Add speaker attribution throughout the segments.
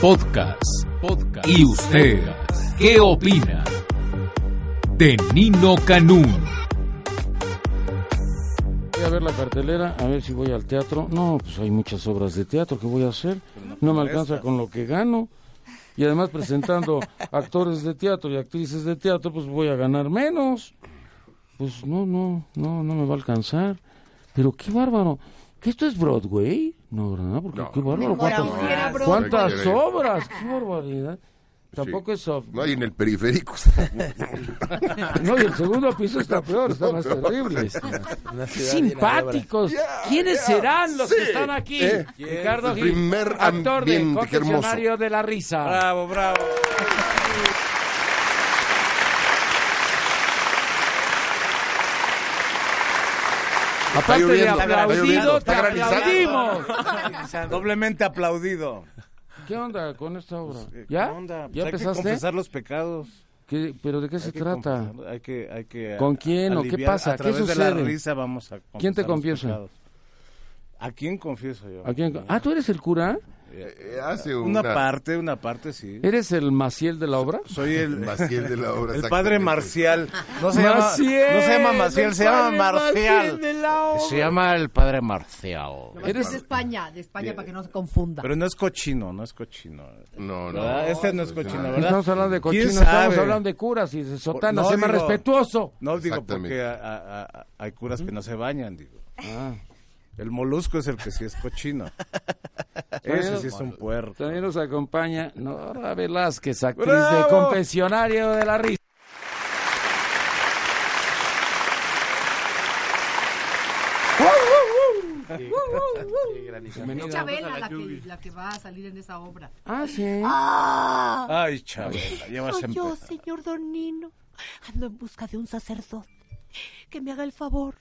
Speaker 1: Podcast. Podcast. ¿Y usted qué opina? De Nino Canún.
Speaker 2: Voy a ver la cartelera, a ver si voy al teatro. No, pues hay muchas obras de teatro que voy a hacer. No me alcanza con lo que gano. Y además presentando actores de teatro y actrices de teatro, pues voy a ganar menos. Pues no, no, no, no me va a alcanzar. Pero qué bárbaro. ¿Que esto es Broadway? No, ¿verdad? Porque qué bárbaro. ¿Cuántas,
Speaker 3: Ahora, era broma.
Speaker 2: cuántas obras? Qué barbaridad. Tampoco es soft.
Speaker 4: No hay en el periférico.
Speaker 2: No, y el segundo piso está peor, está más terrible.
Speaker 5: Una ciudad bien
Speaker 2: Simpáticos. ¿Quiénes serán los que
Speaker 4: sí.
Speaker 2: están aquí?
Speaker 4: Eh,
Speaker 2: Ricardo
Speaker 4: el
Speaker 2: Gil,
Speaker 4: primer
Speaker 2: actor de
Speaker 4: ambiente, qué hermoso.
Speaker 2: confesionario de la risa.
Speaker 5: abierta. Bravo, bravo.
Speaker 4: Está
Speaker 2: Aparte de
Speaker 4: lloviendo, está lloviendo,
Speaker 2: aplaudido, te
Speaker 4: está granizando.
Speaker 2: aplaudimos.
Speaker 5: Doblemente aplaudido.
Speaker 2: ¿Qué onda con esta obra?
Speaker 5: Eh,
Speaker 2: ¿Ya?
Speaker 5: ¿qué onda? Pues
Speaker 2: ¿Ya
Speaker 5: hay que
Speaker 2: empezaste?
Speaker 5: confesar los pecados.
Speaker 2: ¿Qué- ¿Pero de qué se
Speaker 5: Hay que
Speaker 2: trata?
Speaker 5: confesar- Hay que, hay que
Speaker 2: ¿Con quién o qué
Speaker 5: aliviar-
Speaker 2: pasa?
Speaker 5: A
Speaker 2: ¿Qué
Speaker 5: través de la
Speaker 2: sucede?
Speaker 5: risa vamos a confesar
Speaker 2: ¿Quién te
Speaker 5: los
Speaker 2: confiesa?
Speaker 5: pecados. ¿A quién confieso yo?
Speaker 2: ¿A quién- Ah, ¿tú eres el cura?
Speaker 4: Eh, Hace una,
Speaker 5: Una parte, una parte sí.
Speaker 2: ¿Eres el Maciel de la obra?
Speaker 5: Soy el,
Speaker 4: Maciel de la obra.
Speaker 5: el padre
Speaker 4: exactamente.
Speaker 5: Marcial. No se llama, no se llama Marcial,
Speaker 2: el
Speaker 5: se llama
Speaker 2: padre Maciel de
Speaker 5: Marcial.
Speaker 2: la obra.
Speaker 5: Se llama el padre Marcial.
Speaker 3: Nomás que es de España, de España para que no se confunda.
Speaker 5: Pero no es cochino, no es cochino.
Speaker 4: No, no. Pues,
Speaker 5: ¿Verdad? Este no es cochino,
Speaker 2: No
Speaker 5: ¿verdad?
Speaker 2: Estamos hablando de
Speaker 5: ¿Quién
Speaker 2: cochinos, estamos
Speaker 5: sabe?
Speaker 2: hablando de curas y de sotanas,
Speaker 5: No,
Speaker 2: sé más
Speaker 5: digo-
Speaker 2: respetuoso.
Speaker 5: No, digo,
Speaker 4: Exactamente.
Speaker 5: porque a- a- a- hay curas que no se bañan, digo.
Speaker 2: Ah.
Speaker 5: El molusco es el que sí es cochino. Ese sí es un puerco.
Speaker 2: También nos acompaña Nora Velázquez, actriz de
Speaker 5: ¡Bravo!
Speaker 2: Confesionario de la Risa.
Speaker 3: Es Chabela la que, la que va a salir en esa obra.
Speaker 2: Ah, sí.
Speaker 5: Ay, Chabela, ya vas a
Speaker 6: Soy yo,
Speaker 5: empezar.
Speaker 6: señor Don Nino. Ando en busca de un sacerdote que me haga el favor,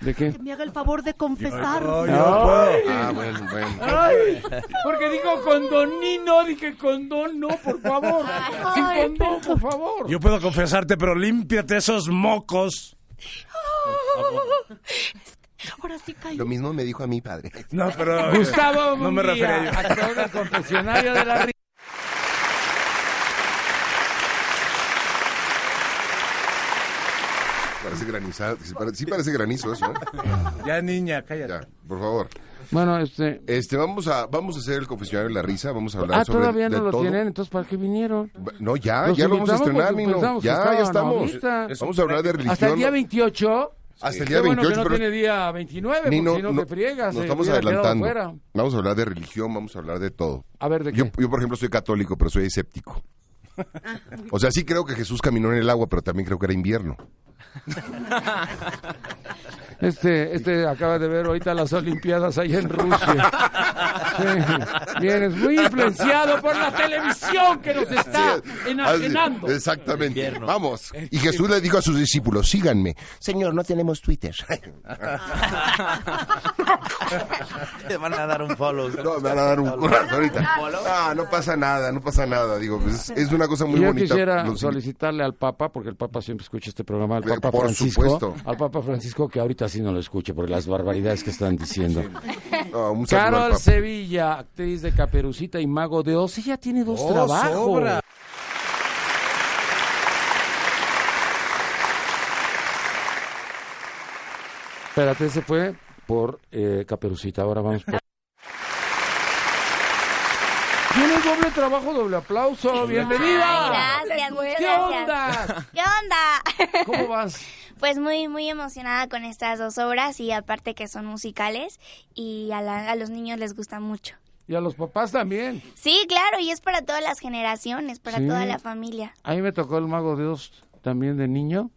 Speaker 2: ¿De qué?
Speaker 6: que me haga el favor de confesar.
Speaker 5: Ay, no puedo.
Speaker 4: Ah, bueno, bueno.
Speaker 2: Ay, porque digo condonino, dije condón, no, por favor. Sin condón, por favor.
Speaker 5: Yo puedo confesarte, pero límpiate esos mocos.
Speaker 6: Ahora sí caí.
Speaker 4: Lo mismo me dijo a mi padre.
Speaker 5: No, pero... eh,
Speaker 2: Gustavo,
Speaker 5: No me
Speaker 2: Munguía,
Speaker 5: refería yo.
Speaker 2: actor del Confesionario de la Risa.
Speaker 4: Parece granizado. Sí parece, sí parece granizo eso, ¿eh?
Speaker 5: Ya, niña, cállate.
Speaker 4: Ya, por favor.
Speaker 2: Bueno, este.
Speaker 4: Este, vamos a, vamos a hacer el confesionario de la risa. Vamos a hablar
Speaker 2: Ah,
Speaker 4: sobre
Speaker 2: todavía
Speaker 4: de
Speaker 2: no lo
Speaker 4: todo.
Speaker 2: tienen, entonces ¿para qué vinieron?
Speaker 4: No, ya,
Speaker 2: Los
Speaker 4: ya lo vamos a
Speaker 2: invitamos
Speaker 4: estrenar,
Speaker 2: porque
Speaker 4: Nino.
Speaker 2: pensamos que
Speaker 4: Ya, ya
Speaker 2: estaban
Speaker 4: estamos.
Speaker 2: ahorita.
Speaker 4: Es Vamos a hablar de religión.
Speaker 2: Hasta el día 28.
Speaker 4: Hasta el
Speaker 2: Qué
Speaker 4: día
Speaker 2: bueno
Speaker 4: 28,
Speaker 2: que no
Speaker 4: pero-
Speaker 2: tiene día 29,
Speaker 4: Nino,
Speaker 2: porque si no,
Speaker 4: no-
Speaker 2: te friegas.
Speaker 4: nos
Speaker 2: eh,
Speaker 4: estamos
Speaker 2: hubiera quedado
Speaker 4: adelantando.
Speaker 2: fuera.
Speaker 4: Vamos a hablar de religión, vamos a hablar de todo.
Speaker 2: A ver, ¿de
Speaker 4: Yo,
Speaker 2: qué?
Speaker 4: yo, por ejemplo, soy católico, pero soy escéptico. O sea, sí creo que Jesús caminó en el agua, pero también creo que era invierno.
Speaker 2: Este, este acaba de ver ahorita las Olimpiadas allá en Rusia. Sí, Vienes muy influenciado por la televisión que nos está enajenando.
Speaker 4: Ah, Exactamente. Vamos.
Speaker 7: Eh,
Speaker 4: Y Jesús le dijo a sus discípulos, síganme. Señor, no tenemos Twitter.
Speaker 7: Te van a dar un follow.
Speaker 4: No, me van a dar un corazón ahorita. Ah, no pasa nada, no pasa nada. Digo, pues, es una cosa muy
Speaker 2: Y yo
Speaker 4: bonita.
Speaker 2: quisiera
Speaker 4: Los-
Speaker 2: solicitarle al Papa, porque el Papa siempre escucha este programa, al
Speaker 4: Eh,
Speaker 2: Papa
Speaker 4: por
Speaker 2: Francisco,
Speaker 4: supuesto.
Speaker 2: al Papa Francisco que ahorita sí no lo escuche por las barbaridades que están diciendo.
Speaker 4: no, un saludo al
Speaker 2: Carol
Speaker 4: Papa.
Speaker 2: Sevilla, actriz de Caperucita y Mago de Oz, ella tiene dos trabajos.
Speaker 5: sobra.
Speaker 2: Espérate, se fue por eh, Caperucita, ahora vamos por... Tiene doble trabajo, doble aplauso, bienvenida.
Speaker 8: Ay, gracias, muchas
Speaker 2: ¿Qué
Speaker 8: gracias.
Speaker 2: onda?
Speaker 8: ¿Qué onda?
Speaker 2: ¿Cómo vas?
Speaker 8: Pues muy, muy emocionada con estas dos obras y aparte que son musicales y a, la- a los niños les gusta mucho.
Speaker 2: Y a los papás también.
Speaker 8: Sí, claro, y es para todas las generaciones, para
Speaker 2: Sí.
Speaker 8: toda la familia.
Speaker 2: A mí me tocó el Mago de Oz también de niño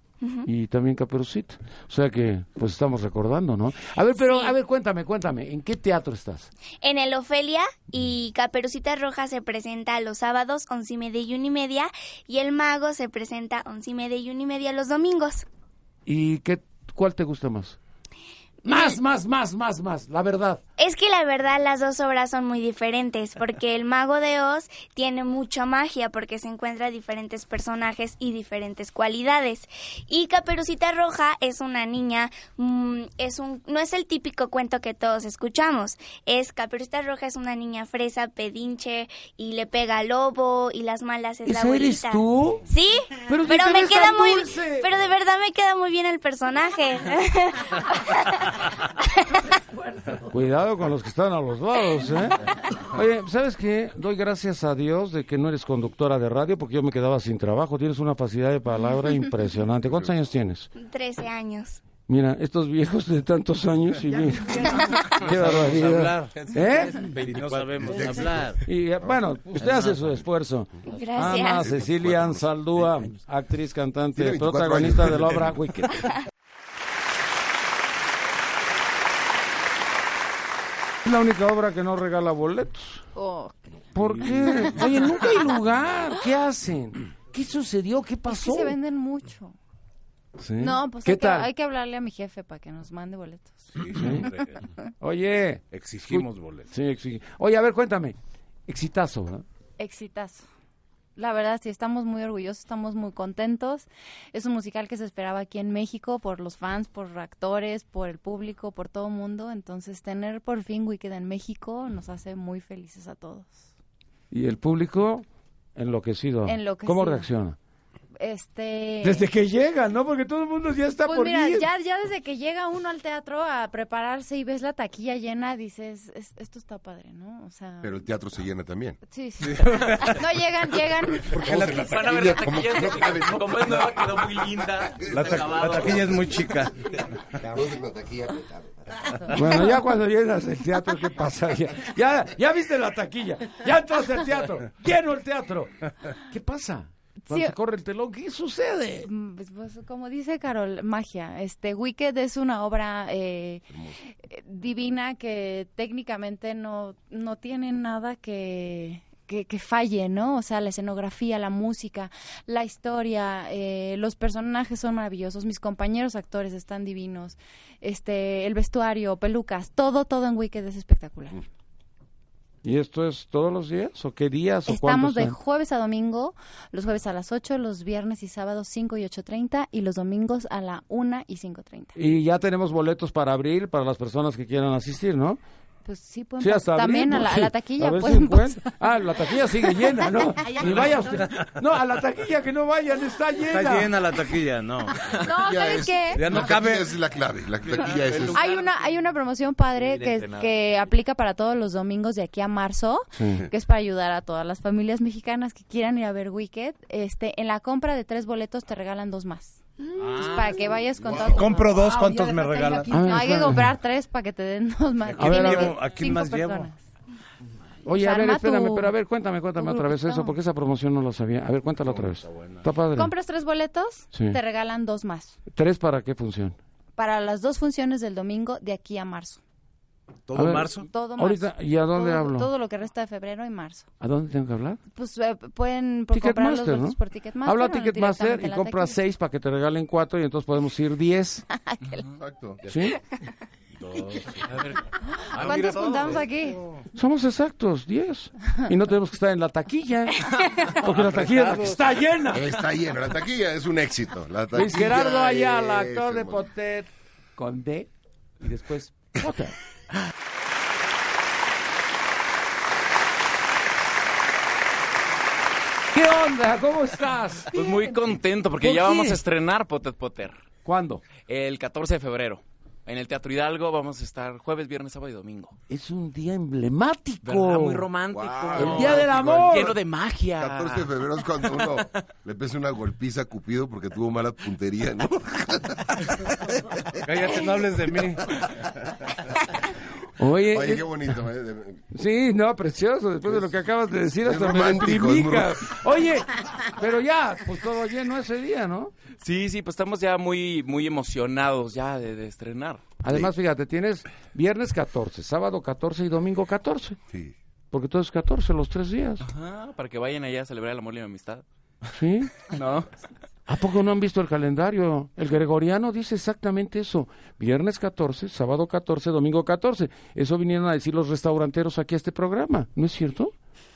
Speaker 2: y también Caperucita. O sea que, pues estamos recordando, ¿no? A ver, pero, a ver, cuéntame, cuéntame, ¿en qué teatro estás?
Speaker 8: En el Ofelia y Caperucita Roja se presenta los sábados once y media y una y media y el Mago se presenta once y media y una y media los domingos.
Speaker 2: ¿Y qué, cuál te gusta más? Más, más, más, más, más. La verdad.
Speaker 8: Es que la verdad las dos obras son muy diferentes, porque el mago de Oz tiene mucha magia, porque se encuentra diferentes personajes y diferentes cualidades. Y Caperucita Roja es una niña, mm, es un, no es el típico cuento que todos escuchamos. Es Caperucita Roja es una niña fresa, pedinche, y le pega al lobo, y las malas es la
Speaker 2: ¿Esa eres
Speaker 8: abuelita.
Speaker 2: tú?
Speaker 8: Sí, pero,
Speaker 2: Pero si
Speaker 8: me
Speaker 2: te ves
Speaker 8: queda
Speaker 2: tan
Speaker 8: muy,
Speaker 2: dulce.
Speaker 8: pero de verdad me queda muy bien el personaje.
Speaker 2: Cuidado con los que están a los lados, ¿eh? Oye, ¿sabes qué? Doy gracias a Dios de que no eres conductora de radio porque yo me quedaba sin trabajo. Tienes una facilidad de palabra impresionante. ¿Cuántos años tienes?
Speaker 8: 13 años.
Speaker 2: Mira, estos viejos de tantos años y mira, qué barbaridad.
Speaker 5: hablar.
Speaker 2: ¿Eh?
Speaker 5: Y no sabemos hablar.
Speaker 2: Y eh, bueno, usted hace su esfuerzo.
Speaker 8: Gracias.
Speaker 2: Ana Cecilia Ansaldúa, actriz,
Speaker 4: Tiene
Speaker 2: cantante,
Speaker 4: 24
Speaker 2: protagonista
Speaker 4: años.
Speaker 2: de la obra Wicked. Es la única obra que no regala boletos.
Speaker 6: Oh,
Speaker 2: ¿Por qué? Oye, nunca hay lugar. ¿Qué hacen? ¿Qué sucedió? ¿Qué
Speaker 9: Es que
Speaker 2: pasó?
Speaker 9: se venden mucho.
Speaker 2: Sí.
Speaker 9: No, pues
Speaker 2: ¿Qué
Speaker 9: hay que,
Speaker 2: tal?
Speaker 9: hay que hablarle a mi jefe para que nos mande boletos.
Speaker 5: Sí, hombre,
Speaker 2: Oye,
Speaker 5: Exigimos boletos.
Speaker 2: sí, exige. Oye, a ver, cuéntame. Exitazo, ¿verdad?
Speaker 9: Exitazo. La verdad, sí, estamos muy orgullosos, estamos muy contentos. Es un musical que se esperaba aquí en México por los fans, por actores, por el público, por todo el mundo. Entonces, tener por fin Wicked en México nos hace muy felices a todos.
Speaker 2: Y el público enloquecido.
Speaker 9: Enloquecido.
Speaker 2: ¿Cómo reacciona?
Speaker 9: Este...
Speaker 2: Desde que llega, ¿no? Porque todo el mundo ya está
Speaker 9: Pues
Speaker 2: por
Speaker 9: mira,
Speaker 2: ir.
Speaker 9: ya, ya desde que llega uno al teatro a prepararse y ves la taquilla llena, dices, "Es- esto está padre, ¿no? O sea...
Speaker 4: Pero el teatro se llena también.
Speaker 9: Sí, sí. no, llegan, llegan.
Speaker 7: Van a ver la taquilla.
Speaker 4: Como que no cabe, ¿no?
Speaker 7: Como es nueva, quedó muy linda.
Speaker 5: La,
Speaker 7: está
Speaker 5: ta- la
Speaker 7: acabado.
Speaker 5: taquilla es muy chica.
Speaker 2: Bueno, ya cuando llegas al teatro, ¿qué pasa? Ya, ya, ya viste la taquilla, ya entraste al teatro, lleno el teatro. ¿Qué pasa? Cuando
Speaker 9: Sí.
Speaker 2: se corre el telón, ¿qué sucede?
Speaker 9: Mm, pues, pues, como dice Carol, magia. Este Wicked es una obra eh, eh, divina que técnicamente no, no tiene nada que, que, que falle, ¿no? O sea, la escenografía, la música, la historia, eh, los personajes son maravillosos, mis compañeros actores están divinos, este, el vestuario, pelucas, todo, todo en Wicked es espectacular.
Speaker 2: ¿Y esto es todos los días? ¿O qué días? ¿O
Speaker 9: Estamos
Speaker 2: cuántos
Speaker 9: de
Speaker 2: son?
Speaker 9: jueves a domingo, los jueves a las 8, los viernes y sábados 5 y 8.30 y los domingos a la 1 y 5.30.
Speaker 2: Y ya tenemos boletos para abril para las personas que quieran asistir, ¿no?
Speaker 9: Pues sí, pueden
Speaker 2: Sí,
Speaker 9: pas-
Speaker 2: hasta abril,
Speaker 9: También a
Speaker 2: ¿no?
Speaker 9: la, a
Speaker 2: Sí.
Speaker 9: la taquilla
Speaker 2: A ver si
Speaker 9: pueden
Speaker 2: encuent-
Speaker 9: pasar.
Speaker 2: Ah, la taquilla sigue llena, ¿no?
Speaker 3: Ahí hay
Speaker 2: Ni vaya usted. No, a la taquilla que no vayan, está llena.
Speaker 5: Está llena la taquilla, no.
Speaker 9: No, ¿sabes qué?
Speaker 5: Ya no
Speaker 4: La taquilla
Speaker 5: cabe.
Speaker 4: es la clave. La taquilla es.
Speaker 9: Hay una, hay una promoción padre
Speaker 7: Miren, de
Speaker 9: que,
Speaker 7: nada.
Speaker 9: que aplica para todos los domingos de aquí a marzo, que es para ayudar a todas las familias mexicanas que quieran ir a ver Wicked. Este, en la compra de tres boletos te regalan dos más. Entonces, para que vayas con todo.
Speaker 5: Compro dos,
Speaker 3: Wow,
Speaker 5: ¿cuántos
Speaker 3: ya
Speaker 5: me
Speaker 3: dejaste
Speaker 5: regalan?
Speaker 3: aquí.
Speaker 2: Ah,
Speaker 9: No, hay que
Speaker 2: claro.
Speaker 9: comprar tres para que te den dos más.
Speaker 5: ¿A quién
Speaker 9: Tienes
Speaker 5: llevo? ¿A quién
Speaker 9: cinco
Speaker 5: más llevo?
Speaker 9: personas.
Speaker 2: Oye, a ver,
Speaker 9: Arma
Speaker 2: espérame,
Speaker 9: tu-
Speaker 2: pero a ver, cuéntame, cuéntame
Speaker 9: tu
Speaker 2: otra vez eso,
Speaker 9: grupito.
Speaker 2: porque esa promoción no la sabía. A ver, cuéntala otra vez. Está padre.
Speaker 9: Compras tres boletos,
Speaker 2: Sí.
Speaker 9: te regalan dos más.
Speaker 2: ¿Tres para qué función?
Speaker 9: Para las dos funciones del domingo de aquí a marzo.
Speaker 2: A
Speaker 5: Todo
Speaker 2: ver.
Speaker 5: marzo.
Speaker 9: Todo marzo.
Speaker 2: Ahorita, ¿y a dónde
Speaker 9: todo,
Speaker 2: hablo?
Speaker 9: Todo lo que resta de febrero y marzo.
Speaker 2: ¿A dónde tengo que hablar?
Speaker 9: Pues eh, pueden por comprar los
Speaker 2: Ticketmaster,
Speaker 9: boletos
Speaker 2: ¿no?
Speaker 9: por Ticketmaster.
Speaker 2: Habla
Speaker 9: o
Speaker 2: a Ticketmaster
Speaker 9: directamente
Speaker 2: y
Speaker 9: a la
Speaker 2: compra
Speaker 9: taquilla.
Speaker 2: seis para que te regalen cuatro y entonces podemos ir diez.
Speaker 4: Exacto.
Speaker 2: ¿Sí?
Speaker 9: ¿Cuántos juntamos aquí?
Speaker 2: Somos exactos, diez. Y no tenemos que estar en la taquilla. Porque la taquilla es la que está llena.
Speaker 4: Está lleno. La taquilla es un éxito. La taquilla
Speaker 2: Luis Gerardo Ayala,
Speaker 4: es
Speaker 2: actor de
Speaker 4: hermosa.
Speaker 2: Potet. Con D y después Potet. ¿Qué onda? ¿Cómo estás?
Speaker 10: Pues muy contento porque
Speaker 2: ¿Por
Speaker 10: ya
Speaker 2: qué?
Speaker 10: vamos a estrenar Potet Potter
Speaker 2: ¿Cuándo?
Speaker 10: el 14 de febrero. En el Teatro Hidalgo vamos a estar jueves, viernes, sábado y domingo.
Speaker 2: Es un día emblemático.
Speaker 10: ¿Verdad? Muy romántico.
Speaker 4: Wow.
Speaker 2: El día del amor.
Speaker 10: Lleno de magia.
Speaker 4: 14 de febrero es cuando uno le pesa una golpiza a Cupido porque tuvo mala puntería, ¿no?
Speaker 5: Cállate, no hables de mí.
Speaker 2: Oye,
Speaker 4: Oye,
Speaker 2: eh,
Speaker 4: qué bonito, ¿eh? De-
Speaker 2: sí, no, precioso. Después de lo que acabas de decir,
Speaker 4: es
Speaker 2: hasta me
Speaker 4: romántico, es muy
Speaker 2: deprimicas. Oye, pero ya, pues todo lleno ese día, ¿no?
Speaker 10: Sí, sí, pues estamos ya muy, muy emocionados ya de, de estrenar.
Speaker 2: Además, fíjate, tienes viernes 14, sábado 14 y domingo 14.
Speaker 4: Sí.
Speaker 2: Porque todo es 14 los tres días.
Speaker 10: Ajá, para que vayan allá a celebrar el amor y la amistad.
Speaker 2: ¿Sí?
Speaker 10: ¿No?
Speaker 2: ¿A poco no han visto el calendario? El gregoriano dice exactamente eso. Viernes 14, sábado 14, domingo 14. Eso vinieron a decir los restauranteros aquí a este programa, ¿no es cierto?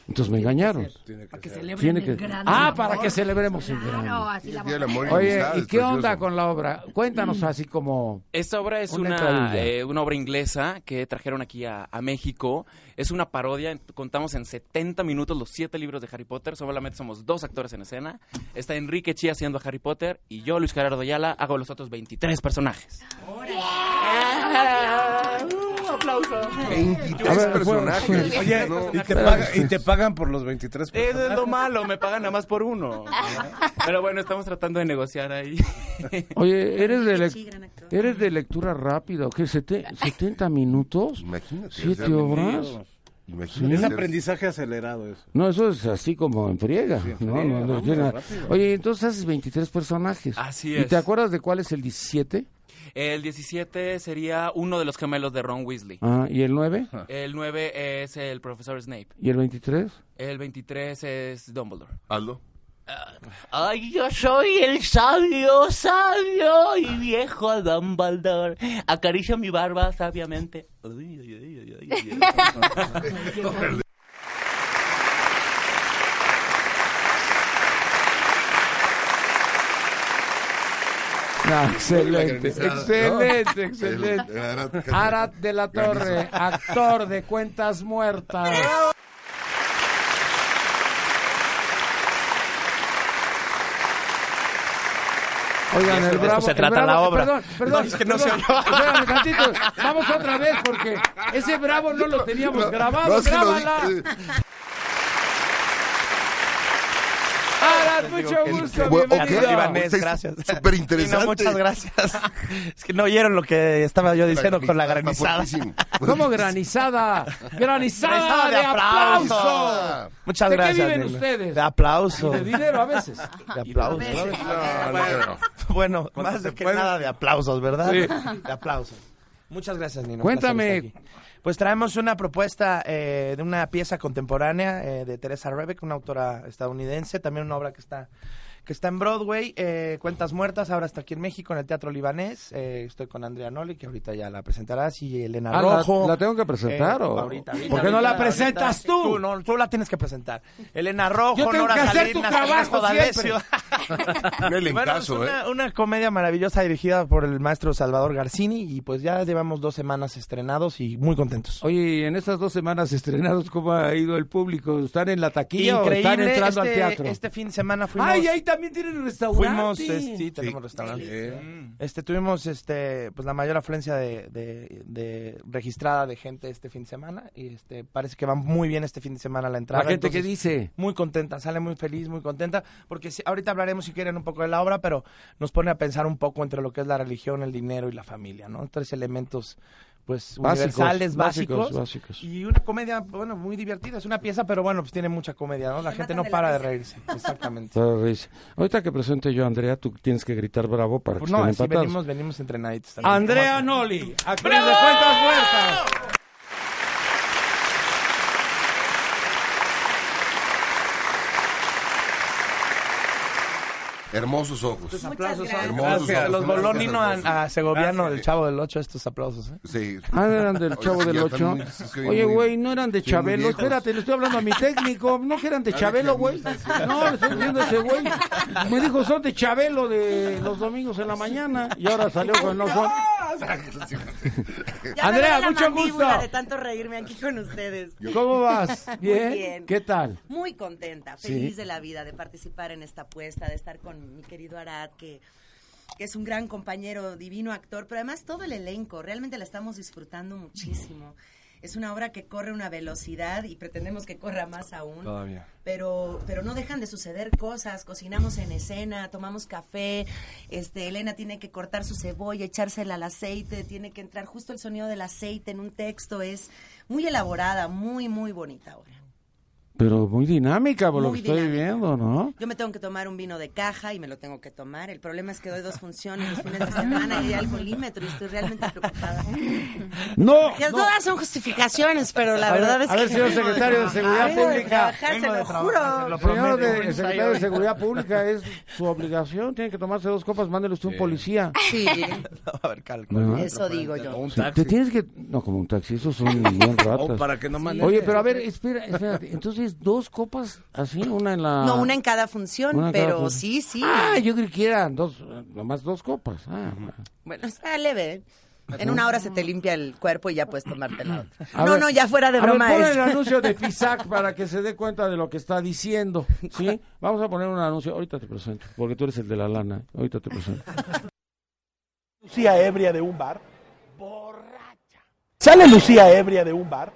Speaker 2: Entonces me engañaron.
Speaker 3: Para que celebren
Speaker 2: Tiene
Speaker 3: el
Speaker 2: que-
Speaker 3: gran
Speaker 2: Ah,
Speaker 3: amor.
Speaker 2: para que celebremos el
Speaker 3: Claro,
Speaker 2: grande.
Speaker 3: así la
Speaker 4: Día del amor y
Speaker 2: Oye,
Speaker 4: amistad,
Speaker 2: ¿y
Speaker 4: es
Speaker 2: qué
Speaker 4: precioso.
Speaker 2: onda con la obra? Cuéntanos así como...
Speaker 10: Esta obra es
Speaker 2: Una
Speaker 10: una,
Speaker 2: entradilla.
Speaker 10: eh, una obra inglesa que trajeron aquí a, a México. Es una parodia. Contamos en 70 minutos los siete libros de Harry Potter. Solamente somos dos actores en escena. Está Enrique Chi haciendo a Harry Potter y yo, Luis Gerardo Ayala, hago los otros 23 personajes.
Speaker 5: Ah,
Speaker 7: aplauso.
Speaker 4: 23
Speaker 2: ver,
Speaker 4: personajes.
Speaker 2: bueno,
Speaker 5: Oye,
Speaker 4: No,
Speaker 5: y, te paga- y te pagan por los 23
Speaker 10: Eso es
Speaker 5: personajes.
Speaker 10: lo malo, me pagan nada más por uno. Pero bueno, estamos tratando de negociar ahí.
Speaker 2: Oye, ¿eres de,
Speaker 6: Sí,
Speaker 2: lec-
Speaker 6: gran actor.
Speaker 2: ¿eres de lectura rápida o qué? ¿Sete- ¿70 minutos?
Speaker 4: Imagínate.
Speaker 2: ¿Siete
Speaker 4: hacer-
Speaker 2: obras?
Speaker 4: Imagínate.
Speaker 5: Es
Speaker 4: hacer-
Speaker 5: aprendizaje acelerado eso.
Speaker 2: No, eso es así como en friega. ¿no?
Speaker 5: friega,
Speaker 2: No, no,
Speaker 5: vamos,
Speaker 2: friega.
Speaker 5: rápido.
Speaker 2: Oye, entonces haces 23 personajes.
Speaker 10: Así
Speaker 2: ¿Y
Speaker 10: es.
Speaker 2: te acuerdas de cuál es el 17?
Speaker 10: El 17 sería uno de los gemelos de Ron Weasley.
Speaker 2: Ah, ¿Y el 9?
Speaker 10: El 9 es el profesor Snape.
Speaker 2: ¿Y el 23?
Speaker 10: El 23 es Dumbledore.
Speaker 4: Aldo.
Speaker 7: Ah, Ay, yo soy el sabio, sabio y viejo Dumbledore. Acaricio mi barba sabiamente. Ay, ay, ay, ay, ay, ay.
Speaker 2: Ah, excelente,
Speaker 4: Organizada, ¿no?
Speaker 2: excelente, excelente.
Speaker 4: El- Arat-
Speaker 2: Arat de la Torre, actor de Cuentas Muertas. Oigan, el
Speaker 10: eso
Speaker 2: bravo,
Speaker 10: se
Speaker 2: el
Speaker 10: trata
Speaker 2: bravo-
Speaker 10: la obra.
Speaker 2: Perdón, perdón,
Speaker 10: Es que no
Speaker 2: perdón.
Speaker 10: se oyó.
Speaker 2: Espérame tantito, Vamos otra vez porque ese bravo no lo teníamos
Speaker 4: No,
Speaker 2: grabado.
Speaker 4: no, es que lo
Speaker 2: grábala.
Speaker 4: dije. eh,
Speaker 2: Arat, mucho
Speaker 7: que-
Speaker 2: gusto,
Speaker 4: Bueno, ok.
Speaker 2: bienvenido.
Speaker 7: Libanés,
Speaker 4: Está
Speaker 7: gracias.
Speaker 4: Súper
Speaker 7: Sí,
Speaker 4: interesante.
Speaker 7: no, muchas gracias. Es que no oyeron lo que estaba yo diciendo con la granizada.
Speaker 2: ¿Cómo granizada? Granizada
Speaker 7: Granizada
Speaker 2: de
Speaker 7: de
Speaker 2: aplauso.
Speaker 7: aplauso. Muchas
Speaker 2: ¿De qué
Speaker 7: gracias.
Speaker 2: viven
Speaker 7: Adela.
Speaker 2: ustedes?
Speaker 7: De aplauso.
Speaker 2: De dinero a veces.
Speaker 7: De aplausos. Bueno, más de que nada de aplausos, ¿verdad? De aplausos. Muchas gracias, Nino. Un placer
Speaker 2: Cuéntame.
Speaker 7: estar aquí. Pues traemos una propuesta eh, de una pieza contemporánea eh, de Teresa Rebeck, una autora estadounidense, también una obra que está que está en Broadway, eh, Cuentas Muertas, ahora está aquí en México, en el Teatro Libanés. Eh, estoy con Andrea Noli, que ahorita ya la presentarás, y Elena
Speaker 2: Ah, ¿la-
Speaker 7: Rojo.
Speaker 2: la tengo que presentar o-
Speaker 7: ahorita, ahorita,
Speaker 2: ¿Por qué no
Speaker 7: ahorita,
Speaker 2: la
Speaker 7: ahorita.
Speaker 2: presentas tú?
Speaker 7: Tú, no, tú la tienes que presentar. Elena Rojo,
Speaker 2: Yo tengo
Speaker 7: Nora
Speaker 2: que hacer tu
Speaker 7: Salinas,
Speaker 2: trabajo
Speaker 7: Alejo
Speaker 2: siempre.
Speaker 7: D'Alessio.
Speaker 4: Un
Speaker 7: Bueno,
Speaker 4: elencazo,
Speaker 7: es
Speaker 4: ¿eh?
Speaker 7: una, una comedia maravillosa dirigida por el maestro Salvador Garcini y pues ya llevamos dos semanas estrenados y muy contentos.
Speaker 2: Oye, y en estas dos semanas estrenados, ¿cómo ha ido el público? ¿Están en la taquilla
Speaker 7: Increíble,
Speaker 2: o están entrando
Speaker 7: este,
Speaker 2: al teatro?
Speaker 7: este fin de semana fuimos...
Speaker 2: ¡Ay, ahí también tienen restaurante!
Speaker 7: Fuimos, este, sí, tenemos restaurante.
Speaker 5: Eh,
Speaker 7: Este, tuvimos este, pues, la mayor afluencia de, de- de registrada de gente este fin de semana y este, parece que va muy bien este fin de semana la
Speaker 2: La
Speaker 7: entrada.
Speaker 2: gente que
Speaker 7: entonces,
Speaker 2: dice...
Speaker 7: Muy contenta, sale muy feliz, muy contenta, porque sí, ahorita hablaremos si quieren un poco de la obra, pero nos pone a pensar un poco entre lo que es la religión, el dinero y la familia, ¿no? Tres elementos, pues,
Speaker 2: Básicos,
Speaker 7: universales,
Speaker 2: básicos,
Speaker 7: básicos,
Speaker 2: básicos.
Speaker 7: Y una comedia, bueno, muy divertida, es una pieza, pero bueno, pues tiene mucha comedia, ¿no? La gente no para de reírse, exactamente.
Speaker 2: Toda risa. Ahorita que presente yo a Andrea, tú tienes que gritar bravo para que
Speaker 7: Pues no,
Speaker 2: estén
Speaker 7: así
Speaker 2: empatados.
Speaker 7: venimos, venimos entrenaditos. también.
Speaker 2: Andrea Noli, actriz de Cuentas Muertas.
Speaker 4: Hermosos ojos.
Speaker 7: Aplausos,
Speaker 4: Hermosos,
Speaker 7: gracias. Los
Speaker 4: hermosos,
Speaker 7: voló
Speaker 4: gracias,
Speaker 7: Nino a,
Speaker 4: hermosos.
Speaker 7: a Segoviano del Chavo del Ocho estos aplausos, ¿eh?
Speaker 4: Sí.
Speaker 2: Ah, eran del
Speaker 4: Oye,
Speaker 2: Chavo
Speaker 4: sí,
Speaker 2: del
Speaker 4: ya están
Speaker 2: 8.
Speaker 4: muy- sí, sí,
Speaker 2: Oye,
Speaker 4: muy-
Speaker 2: güey, no eran de
Speaker 4: sí, muy
Speaker 2: Chabelo.
Speaker 4: viejos.
Speaker 2: Espérate, le estoy hablando a mi técnico. No que eran de Chabelo, güey. No, le estoy diciendo a ese güey. Me dijo, son de Chabelo de los domingos en la mañana. Y ahora salió con no son.
Speaker 6: Ya me
Speaker 2: Andrea,
Speaker 6: duele la
Speaker 2: mucho
Speaker 6: mandíbula
Speaker 2: gusto.
Speaker 6: de tanto reírme aquí con ustedes.
Speaker 2: ¿Cómo vas?
Speaker 6: Muy
Speaker 2: ¿Bien?
Speaker 6: bien.
Speaker 2: ¿Qué tal?
Speaker 6: Muy contenta, feliz de la vida, de participar en esta apuesta, de estar con mi querido Arad, que, que es un gran compañero, divino actor, pero además todo el elenco, realmente la estamos disfrutando muchísimo. Es una obra que corre a una velocidad y pretendemos que corra más aún.
Speaker 5: Todavía.
Speaker 6: Pero, pero no dejan de suceder cosas. Cocinamos en escena, tomamos café. Este, Elena tiene que cortar su cebolla, echársela al aceite, tiene que entrar justo el sonido del aceite en un texto. Es muy elaborada, muy, muy bonita ahora.
Speaker 2: Pero muy dinámica por lo
Speaker 6: Muy
Speaker 2: que estoy
Speaker 6: dinámica.
Speaker 2: viendo, ¿no?
Speaker 6: Yo me tengo que tomar un vino de caja y me lo tengo que tomar. El problema es que doy dos funciones los fines de semana y de alcoholímetro y estoy realmente preocupada.
Speaker 2: ¡No!
Speaker 6: Ya Todas son justificaciones, pero la
Speaker 2: A ver,
Speaker 6: verdad es
Speaker 2: a
Speaker 6: que...
Speaker 2: ver, señor
Speaker 6: vengo
Speaker 2: secretario de
Speaker 6: trabajar,
Speaker 2: Seguridad
Speaker 6: vengo de
Speaker 2: Pública.
Speaker 6: trabajar, se
Speaker 7: Vengo de
Speaker 6: lo
Speaker 7: trabajo, se
Speaker 6: juro.
Speaker 7: lo
Speaker 2: Señor
Speaker 7: prometo,
Speaker 2: de
Speaker 7: Buenos
Speaker 2: Secretario de
Speaker 7: Aires.
Speaker 2: Seguridad Pública, es su obligación. Tiene que tomarse dos copas, mándele usted un policía.
Speaker 6: Sí,
Speaker 7: No, a ver, calco.
Speaker 2: ¿No?
Speaker 6: eso digo
Speaker 5: O
Speaker 6: yo.
Speaker 5: un
Speaker 2: Sí,
Speaker 5: taxi.
Speaker 2: Te tienes que... No, como un taxi, esos son bien
Speaker 5: O
Speaker 2: ratas.
Speaker 5: para que no maneje.
Speaker 2: Oye, pero a ver, espera, eh, espérate. Entonces, dos copas así, una en la...
Speaker 6: No, una en cada función,
Speaker 2: Ah. Una en cada
Speaker 6: pero
Speaker 2: función.
Speaker 6: sí, sí.
Speaker 2: Ah, yo creí que eran dos, nomás dos copas. Ah,
Speaker 6: Bueno, está leve. ¿eh? En una hora se te limpia el cuerpo y ya puedes tomarte la otra.
Speaker 2: A
Speaker 6: no,
Speaker 2: ver,
Speaker 6: no, ya fuera de
Speaker 2: a ver,
Speaker 6: broma.
Speaker 2: pon
Speaker 6: es-
Speaker 2: el anuncio de Pisac para que se dé cuenta de lo que está diciendo, ¿sí? Vamos a poner un anuncio, ahorita te presento, porque tú eres el de la lana, ahorita te presento.
Speaker 11: Lucía ebria de un bar, borracha. Sale Lucía ebria de un bar,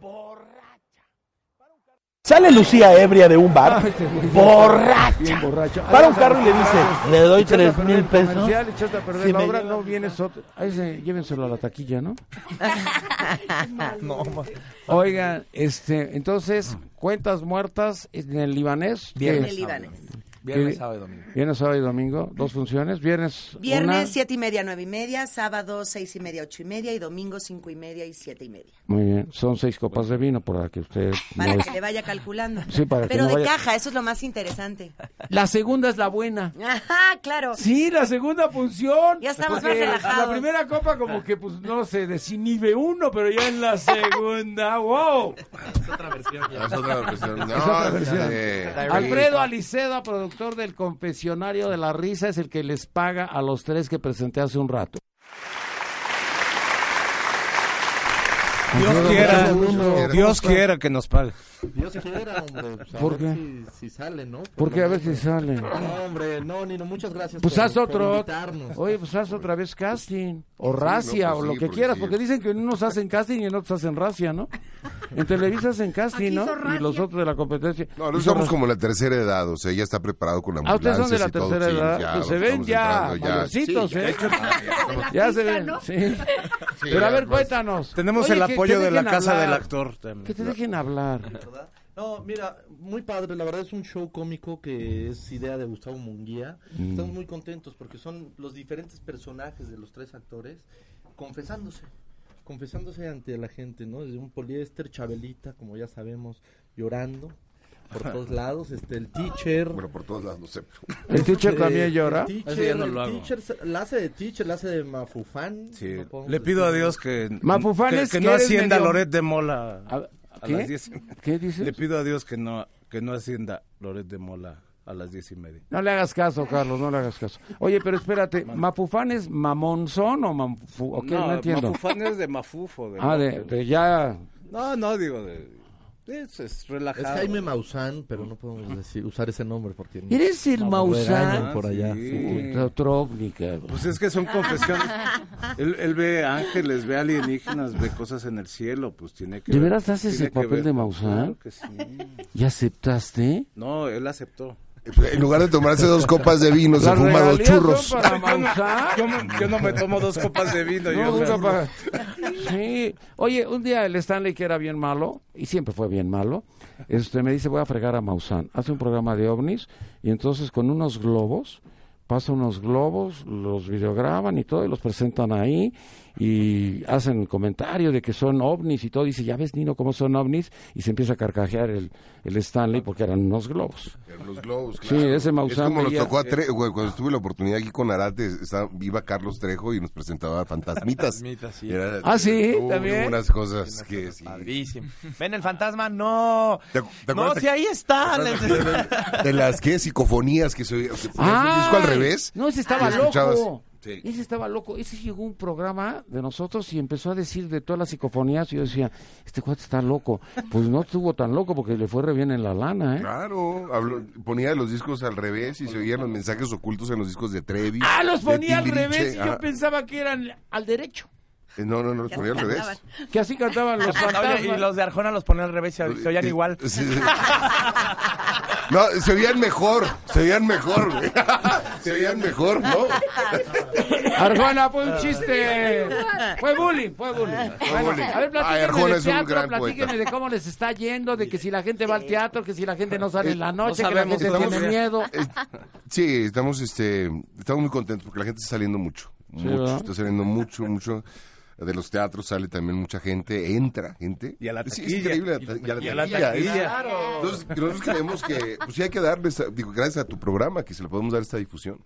Speaker 11: borracha. Sale Lucía ebria de un bar,
Speaker 2: Bien
Speaker 11: borracha.
Speaker 2: borracho.
Speaker 11: Para un carro y le dice, le doy
Speaker 2: Echaste ah, a
Speaker 11: tres
Speaker 2: perder
Speaker 11: mil
Speaker 2: el
Speaker 11: pesos.
Speaker 2: comercial, echaste a perder
Speaker 11: Si
Speaker 2: la
Speaker 11: me
Speaker 2: obra,
Speaker 11: lleva-
Speaker 2: no vienes otro. A ese, llévenselo a la taquilla, ¿no?
Speaker 7: No, pues. mo-
Speaker 2: Oigan, este, entonces,
Speaker 11: Ah.
Speaker 2: cuentas muertas en el libanés. que-
Speaker 6: Viernes. El libanés.
Speaker 7: Viernes,
Speaker 2: que-
Speaker 7: sábado y domingo.
Speaker 2: Viernes, sábado y domingo, dos funciones. Viernes, una.
Speaker 6: Viernes siete y media, nueve y media, sábado seis y media, ocho y media y domingo cinco y media y siete y media.
Speaker 2: Muy bien, son seis copas de vino para que usted...
Speaker 6: Para
Speaker 2: no
Speaker 6: que le vaya calculando.
Speaker 2: Sí, para que
Speaker 6: Pero
Speaker 2: no
Speaker 6: de
Speaker 2: vaya-
Speaker 6: caja, eso es lo más interesante.
Speaker 2: La segunda es la buena.
Speaker 6: Ajá, claro.
Speaker 2: Sí, la segunda función.
Speaker 6: Ya estamos más
Speaker 2: Porque
Speaker 6: relajados.
Speaker 2: La primera copa como que pues no se desinhibe uno, pero ya en la segunda, wow.
Speaker 4: Es otra versión. No,
Speaker 2: otra versión.
Speaker 4: Ah, ya de-
Speaker 2: Alfredo Aliceda, productor del Confesionario de la Risa, es el que les paga a los tres que presenté hace un rato.
Speaker 5: Dios quiera, Dios quiera que nos pague.
Speaker 12: Dios quiera, hombre. pues, a
Speaker 2: ¿Por
Speaker 12: ver
Speaker 2: qué?
Speaker 12: Si, si sale, ¿no?
Speaker 2: Porque
Speaker 12: lo
Speaker 2: a ver si
Speaker 12: menos.
Speaker 2: sale.
Speaker 12: No, hombre, no, Nino, muchas gracias.
Speaker 2: Pues
Speaker 12: por-
Speaker 2: haz
Speaker 12: por
Speaker 2: otro.
Speaker 12: invitarnos.
Speaker 2: Oye, pues haz otra vez casting. O
Speaker 4: Sí,
Speaker 2: racia,
Speaker 4: no, pues
Speaker 2: o lo
Speaker 4: sí,
Speaker 2: que
Speaker 4: porque
Speaker 2: quieras,
Speaker 4: sí.
Speaker 2: porque dicen que unos hacen casting y en otros hacen racia, ¿no? En Televisa hacen casting,
Speaker 3: Aquí
Speaker 2: ¿no?
Speaker 3: hizo
Speaker 2: Y los
Speaker 3: racia.
Speaker 2: otros de la competencia.
Speaker 4: No, no
Speaker 2: Hizo
Speaker 4: somos
Speaker 2: racia.
Speaker 4: como la tercera edad, o sea, ya está preparado con
Speaker 2: Ah, ustedes
Speaker 4: ambulancias
Speaker 2: son de la
Speaker 4: y todo,
Speaker 2: tercera
Speaker 4: sí,
Speaker 2: edad.
Speaker 4: ya
Speaker 2: pues se ven
Speaker 4: estamos
Speaker 2: ya
Speaker 4: entrando, ya.
Speaker 2: mayorcitos, ¿eh?
Speaker 3: la
Speaker 2: Ya se
Speaker 3: finca,
Speaker 2: ven.
Speaker 3: ¿no?
Speaker 2: sí.
Speaker 4: Sí,
Speaker 2: Pero a
Speaker 4: ya,
Speaker 2: ver,
Speaker 4: pues,
Speaker 2: cuéntanos.
Speaker 5: Tenemos
Speaker 2: Oye,
Speaker 5: el
Speaker 2: que te
Speaker 5: apoyo de la
Speaker 2: dejen
Speaker 5: casa del
Speaker 2: hablar.
Speaker 5: actor
Speaker 2: Que
Speaker 5: también.
Speaker 2: te dejen hablar.
Speaker 12: ¿verdad? No, mira, muy padre. La verdad es un show cómico que es idea de Gustavo Munguía.
Speaker 2: Mm.
Speaker 12: Estamos muy contentos porque son los diferentes personajes de los tres actores confesándose. Confesándose ante la gente, ¿no? Desde un poliéster, Chabelita, como ya sabemos, llorando por todos lados. Este, el teacher.
Speaker 4: Bueno, por todas las no sé.
Speaker 2: El teacher
Speaker 12: Eh,
Speaker 2: también llora.
Speaker 12: El
Speaker 10: Eso ya
Speaker 12: teacher,
Speaker 10: no
Speaker 12: el
Speaker 10: lo hago.
Speaker 12: teacher se- la hace de teacher, la hace de mafufán.
Speaker 5: Sí,
Speaker 12: no podemos
Speaker 5: le pido a
Speaker 12: decir.
Speaker 5: Dios que, que,
Speaker 2: Mafufanes,
Speaker 5: que
Speaker 2: que
Speaker 5: no
Speaker 2: eres
Speaker 5: ascienda
Speaker 2: medio-
Speaker 5: Loret de Mola
Speaker 2: A-
Speaker 5: a
Speaker 2: ¿Qué?
Speaker 5: las 10.
Speaker 2: ¿Qué
Speaker 5: Le
Speaker 2: dices?
Speaker 5: pido a Dios que no, que no ascienda Loret de Mola a las diez y media.
Speaker 2: No le hagas caso, Carlos, no le hagas caso. Oye, pero espérate, ¿Mapufán es mamonzón o mamfu? ¿O qué? No, entiendo.
Speaker 5: Mafufán es de mafufo.
Speaker 2: Ah, de, de ya.
Speaker 5: No, no, digo, de, es, es
Speaker 12: Es
Speaker 5: relajado.
Speaker 12: Jaime Maussan, pero no podemos decir, usar ese nombre porque no-
Speaker 2: ¿Eres el
Speaker 12: Regañan
Speaker 2: Mausán?
Speaker 12: por allá.
Speaker 5: Sí.
Speaker 2: Puta, trópica, güey.
Speaker 5: Pues es que son confesiones. Él, él ve ángeles, ve alienígenas, ve cosas en el cielo, pues tiene que
Speaker 2: ¿De
Speaker 5: ver-
Speaker 2: veras haces
Speaker 5: tiene
Speaker 2: el
Speaker 5: que
Speaker 2: papel
Speaker 5: ver.
Speaker 2: de Maussan?
Speaker 5: Claro que sí.
Speaker 2: ¿Ya aceptaste?
Speaker 5: No, él aceptó.
Speaker 4: En lugar de tomarse dos copas de vino, se
Speaker 2: Las
Speaker 4: fuma dos
Speaker 2: regalías
Speaker 4: churros.
Speaker 2: son para Maussan.
Speaker 5: Yo, me- yo no me tomo dos copas de vino.
Speaker 2: No,
Speaker 5: yo,
Speaker 2: nunca pa- Sí. Oye, un día el Stanley, que era bien malo, y siempre fue bien malo, este, me dice, voy a fregar a Maussan. Hace un programa de ovnis, y entonces con unos globos, pasa unos globos, los videograban y todo, y los presentan ahí, y hacen el comentario de que son ovnis y todo. Dice, ya ves, Nino, cómo son ovnis, y se empieza a carcajear el, el Stanley porque eran unos globos.
Speaker 4: Los globos,
Speaker 2: Sí, ese Maussan eh.
Speaker 4: Es como nos
Speaker 2: veía-
Speaker 4: tocó a Tre- güey, cuando tuve la oportunidad aquí con Arate, estaba, iba Carlos Trejo y nos presentaba Fantasmitas.
Speaker 12: Fantasmitas, sí.
Speaker 4: Era-
Speaker 2: Ah, sí,
Speaker 4: hubo
Speaker 2: también.
Speaker 4: unas cosas que sí.
Speaker 10: Padrísimo.
Speaker 7: Ven el fantasma, no.
Speaker 4: ¿Te acu- te
Speaker 7: No,
Speaker 4: acuerdas
Speaker 7: si ahí está. les-
Speaker 4: de- De las que psicofonías que se oía, que ponías un
Speaker 2: Ah,
Speaker 4: disco al revés.
Speaker 2: No, ese estaba
Speaker 4: y escuchabas-
Speaker 2: loco.
Speaker 4: Sí.
Speaker 2: Ese estaba loco. Ese llegó a un programa de nosotros y empezó a decir de todas las psicofonías. Y yo decía, este cuate está loco. Pues no estuvo tan loco porque le fue re bien en la lana, ¿eh?
Speaker 4: Claro, habló- ponía los discos al revés y se oían los mensajes ocultos en los discos de Trevi.
Speaker 2: Ah, los
Speaker 4: de
Speaker 2: ponía al
Speaker 4: Timbiriche,
Speaker 2: revés y yo
Speaker 4: ajá.
Speaker 2: pensaba que eran al derecho.
Speaker 4: Eh, No, no, no, los
Speaker 7: Que
Speaker 4: ponía al
Speaker 7: así
Speaker 4: revés.
Speaker 7: cantaban.
Speaker 2: Que así cantaban los
Speaker 7: Oye, y
Speaker 2: fantasmas.
Speaker 7: los de Arjona los ponían al revés, se, se oían igual.
Speaker 4: No, se oían mejor, se oían mejor, güey. Se oían mejor, ¿no?
Speaker 2: Arjona,
Speaker 4: Ah.
Speaker 2: fue un chiste. Fue bullying, fue bullying. Bueno,
Speaker 4: bullying.
Speaker 2: A ver,
Speaker 4: Ay,
Speaker 2: platíquenme
Speaker 4: Arjona
Speaker 2: del
Speaker 4: es un
Speaker 2: teatro,
Speaker 4: gran
Speaker 2: platíquenme de
Speaker 4: poeta.
Speaker 2: cómo les está yendo, de que si la gente va al teatro, que si la gente no sale en la
Speaker 4: No
Speaker 2: noche, que la
Speaker 4: sabemos,
Speaker 2: gente
Speaker 4: estamos-
Speaker 2: tiene miedo.
Speaker 4: Eh, Sí, estamos, este, estamos muy contentos porque la gente está saliendo mucho,
Speaker 2: Sí,
Speaker 4: mucho,
Speaker 2: ¿verdad?
Speaker 4: está saliendo mucho, mucho. De los teatros sale también mucha gente, entra gente. Y a la Sí, es
Speaker 5: taquilla.
Speaker 4: increíble. la ta- Y, a la taquilla. es- Entonces, nosotros creemos que, pues sí hay que darle, esa- digo, gracias a tu programa, que se le podemos dar esta difusión.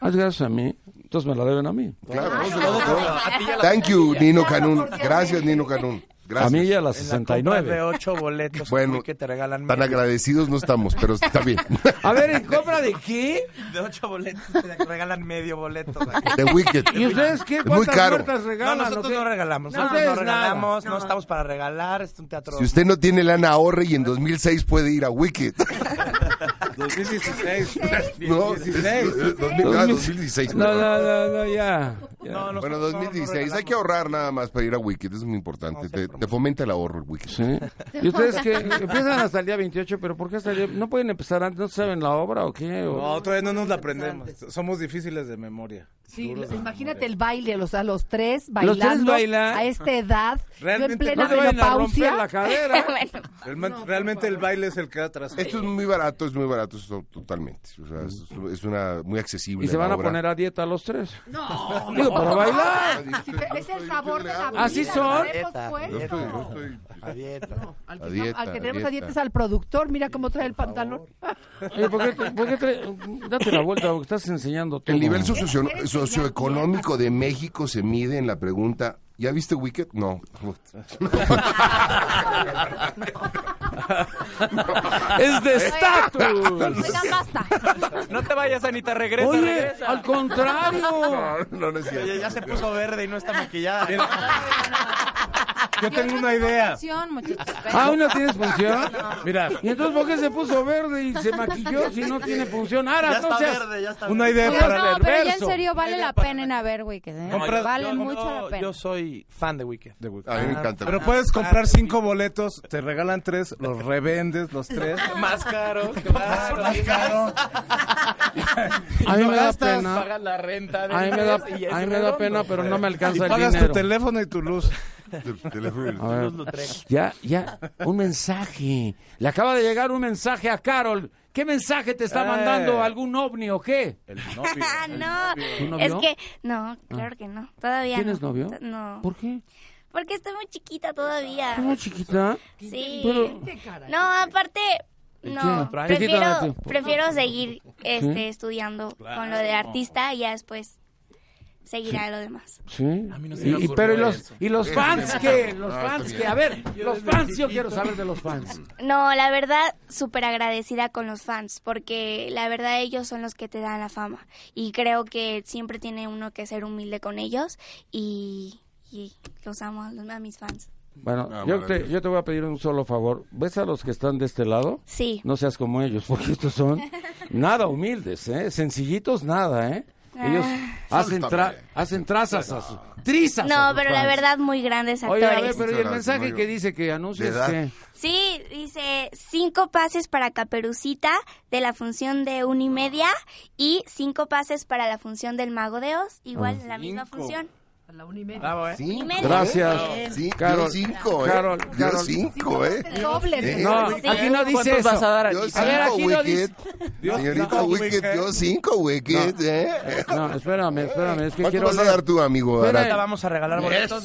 Speaker 2: Haz gracias a mí. Entonces me la deben a mí.
Speaker 4: Claro,
Speaker 2: Ay,
Speaker 4: no,
Speaker 2: Ah, no,
Speaker 4: no, no.
Speaker 2: no, a ti ya la
Speaker 4: Thank you,
Speaker 2: taquilla.
Speaker 4: Nino
Speaker 2: Claro,
Speaker 4: Canún.
Speaker 2: porque-
Speaker 4: Gracias, Nino Canún. Gracias.
Speaker 2: A mí ya la
Speaker 4: En la
Speaker 7: Compras
Speaker 2: 69.
Speaker 7: de ocho boletos
Speaker 4: Bueno,
Speaker 7: que te regalan.
Speaker 4: Tan agradecidos no estamos, pero está bien.
Speaker 2: A ver, ¿en compra de qué?
Speaker 7: De ocho boletos te regalan medio boleto. güey.
Speaker 4: De Wicked.
Speaker 2: ¿Y ustedes qué?
Speaker 4: Es
Speaker 2: ¿Cuántas
Speaker 4: muy caro.
Speaker 2: muertas regalan?
Speaker 7: No, nosotros
Speaker 2: ¿o qué?
Speaker 7: no regalamos.
Speaker 2: No,
Speaker 7: No, no,
Speaker 2: ustedes nada.
Speaker 7: regalamos, no
Speaker 2: No.
Speaker 7: estamos para regalar. Es un teatro.
Speaker 4: Si usted no tiene lana, ahorre y en 2006 puede ir a Wicked.
Speaker 5: 2016.
Speaker 4: No, ah,
Speaker 5: 2016.
Speaker 4: 2016.
Speaker 2: No, no, no, no, ya. ya.
Speaker 4: bueno, 2016. Hay que ahorrar nada más para ir a Wicked. Eso es muy importante. Te, te fomenta el ahorro el Wicked.
Speaker 2: ¿Y ustedes qué? Empiezan hasta el día 28, pero ¿por qué hasta el día? ¿No pueden empezar antes? ¿No saben la obra o qué? ¿O-
Speaker 5: No, todavía no nos la aprendemos. Somos difíciles de memoria.
Speaker 3: Sí,
Speaker 5: Duros de
Speaker 3: imagínate
Speaker 5: memoria.
Speaker 3: el baile, los, a los tres
Speaker 5: Los tres
Speaker 3: bailando
Speaker 5: bailan.
Speaker 3: a esta edad, yo en
Speaker 5: Realmente
Speaker 3: plena
Speaker 5: no se vayan a
Speaker 3: menopausia.
Speaker 5: romper la cadera. Realme-
Speaker 3: No, por
Speaker 5: realmente el baile es el que atrás.
Speaker 4: Esto es muy barato, es muy barato, eso totalmente. O sea, es, es una muy accesible.
Speaker 2: ¿Y se van
Speaker 4: la
Speaker 2: a
Speaker 4: obra.
Speaker 2: poner a dieta los tres?
Speaker 3: No,
Speaker 2: Digo, para bailar.
Speaker 3: Si te- es el sabor de la vida.
Speaker 2: Así
Speaker 3: lo
Speaker 2: son.
Speaker 3: hemos
Speaker 2: pues.
Speaker 4: Yo
Speaker 3: puesto.
Speaker 4: estoy, yo estoy-
Speaker 3: Al
Speaker 4: A
Speaker 3: que,
Speaker 4: dieta,
Speaker 3: al que tenemos
Speaker 4: a
Speaker 3: a
Speaker 4: dieta.
Speaker 3: dieta es al productor, mira cómo trae el pantalón.
Speaker 2: Oye, ¿por qué, te- por qué te- date la vuelta porque estás enseñando todo.
Speaker 4: El nivel socio- socioeconómico de México se mide en la pregunta. ¿Ya viste Wicked? No.
Speaker 10: Es de
Speaker 3: Oigan, basta.
Speaker 10: No te vayas, Anita, regresa,
Speaker 2: Oye,
Speaker 10: regresa.
Speaker 2: al contrario.
Speaker 4: No, no es cierto.
Speaker 7: Oye, ya se puso verde y no está maquillada.
Speaker 5: Yo tengo una idea.
Speaker 2: ¿Aún no Ah, tienes función?
Speaker 5: Mira,
Speaker 2: ¿Y entonces por qué se puso verde y se maquilló si no tiene función? Ahora,
Speaker 5: Ya está
Speaker 2: entonces.
Speaker 5: verde, ya está Una idea verde. para-
Speaker 9: No, pero ya en
Speaker 5: Perverso.
Speaker 9: serio vale la pena en a ver, güey. que, ¿eh? vale mucho la pena.
Speaker 7: Yo soy fan de Wicked.
Speaker 4: A mí me encanta.
Speaker 7: Ah,
Speaker 5: Pero puedes comprar cinco boletos, te regalan tres, los revendes los tres.
Speaker 10: Más caro.
Speaker 5: Más caro.
Speaker 2: A mí
Speaker 5: No
Speaker 2: me da
Speaker 5: gastas,
Speaker 2: pena.
Speaker 10: Pagas la renta. del
Speaker 2: A mí me da,
Speaker 10: mes y es
Speaker 2: a mí me da
Speaker 10: redondo.
Speaker 2: pena, pero no me
Speaker 5: Y
Speaker 2: alcanza el
Speaker 5: pagas tu
Speaker 2: dinero.
Speaker 5: teléfono y tu luz.
Speaker 2: A ver, ya, ya, un mensaje. Le acaba de llegar un mensaje a Carol. ¿Qué mensaje te está
Speaker 5: Eh.
Speaker 2: mandando algún ovni o qué?
Speaker 8: Ah,
Speaker 2: ¿Tu
Speaker 8: no,
Speaker 2: novio?
Speaker 8: es que no, claro que no, todavía
Speaker 2: Ah. ¿Tienes
Speaker 8: no.
Speaker 2: novio?
Speaker 8: T- No,
Speaker 2: ¿Por qué?
Speaker 8: porque estoy muy chiquita todavía.
Speaker 2: ¿Cómo chiquita?
Speaker 8: Sí.
Speaker 2: Pero-
Speaker 8: No, aparte, no,
Speaker 2: ¿Qué? ¿Qué quita de
Speaker 8: prefiero,
Speaker 2: ti?
Speaker 8: prefiero seguir este,
Speaker 2: ¿Sí?
Speaker 8: estudiando con lo de artista y ya después seguirá lo demás.
Speaker 2: Sí.
Speaker 10: mí no se
Speaker 2: Y-
Speaker 10: me
Speaker 2: y,
Speaker 10: ocurrió
Speaker 2: pero ¿y los,
Speaker 10: eso.
Speaker 2: y los fans que, los
Speaker 4: Ah, está
Speaker 5: pues
Speaker 2: fans
Speaker 4: bien.
Speaker 2: que, a ver, los fans, yo quiero saber de los fans.
Speaker 8: No, la verdad, súper agradecida con los fans, porque la verdad ellos son los que te dan la fama. Y creo que siempre tiene uno que ser humilde con ellos y, y los amo a los- a mis fans.
Speaker 2: Bueno,
Speaker 4: Ah,
Speaker 2: yo, te,
Speaker 4: maravilloso.
Speaker 2: yo te voy a pedir un solo favor. ¿Ves a los que están de este lado?
Speaker 8: Sí.
Speaker 2: No seas como ellos, porque estos son nada humildes, ¿eh? Sencillitos, nada, ¿eh? Ellos
Speaker 4: Ah.
Speaker 2: hacen, tra-
Speaker 4: Suéltame.
Speaker 2: hacen trazas a su- trizas. a
Speaker 8: No,
Speaker 2: sus
Speaker 8: pero la
Speaker 2: fans.
Speaker 8: verdad, muy grandes
Speaker 2: Oye,
Speaker 8: actores.
Speaker 2: a ver, pero ¿y el
Speaker 4: Muchas gracias,
Speaker 2: mensaje
Speaker 4: Mario.
Speaker 2: que dice que anuncias
Speaker 4: ¿De edad?
Speaker 2: que...
Speaker 8: Sí, dice cinco pases para Caperucita de la función de una y media y cinco pases para la función del Mago de Oz, igual la misma
Speaker 5: Cinco.
Speaker 8: función.
Speaker 3: A la una y media.
Speaker 7: Bravo, ¿eh?
Speaker 4: Cinco,
Speaker 8: media.
Speaker 2: Gracias.
Speaker 4: Sí,
Speaker 2: Carol,
Speaker 4: yo cinco, ¿eh?
Speaker 2: Carol,
Speaker 4: yo
Speaker 2: Carol.
Speaker 4: cinco, ¿eh?
Speaker 3: Dobles.
Speaker 4: Sí.
Speaker 2: No,
Speaker 8: Sí.
Speaker 2: aquí no dice
Speaker 10: ¿Cuántos
Speaker 2: eso.
Speaker 10: vas a dar?
Speaker 4: Yo cinco,
Speaker 10: Anita?
Speaker 2: A ver, aquí no
Speaker 4: Wicked.
Speaker 5: Dios,
Speaker 4: Señorita
Speaker 5: no,
Speaker 4: Wicked,
Speaker 5: Wicked.
Speaker 4: yo cinco, Wicked, ¿eh?
Speaker 2: No, espérame, espérame, es que
Speaker 4: ¿Cuánto
Speaker 2: quiero
Speaker 4: vas a
Speaker 2: leer.
Speaker 4: dar tú, amigo?
Speaker 2: Espera,
Speaker 4: Arat?
Speaker 7: Ahorita vamos a regalar boletos.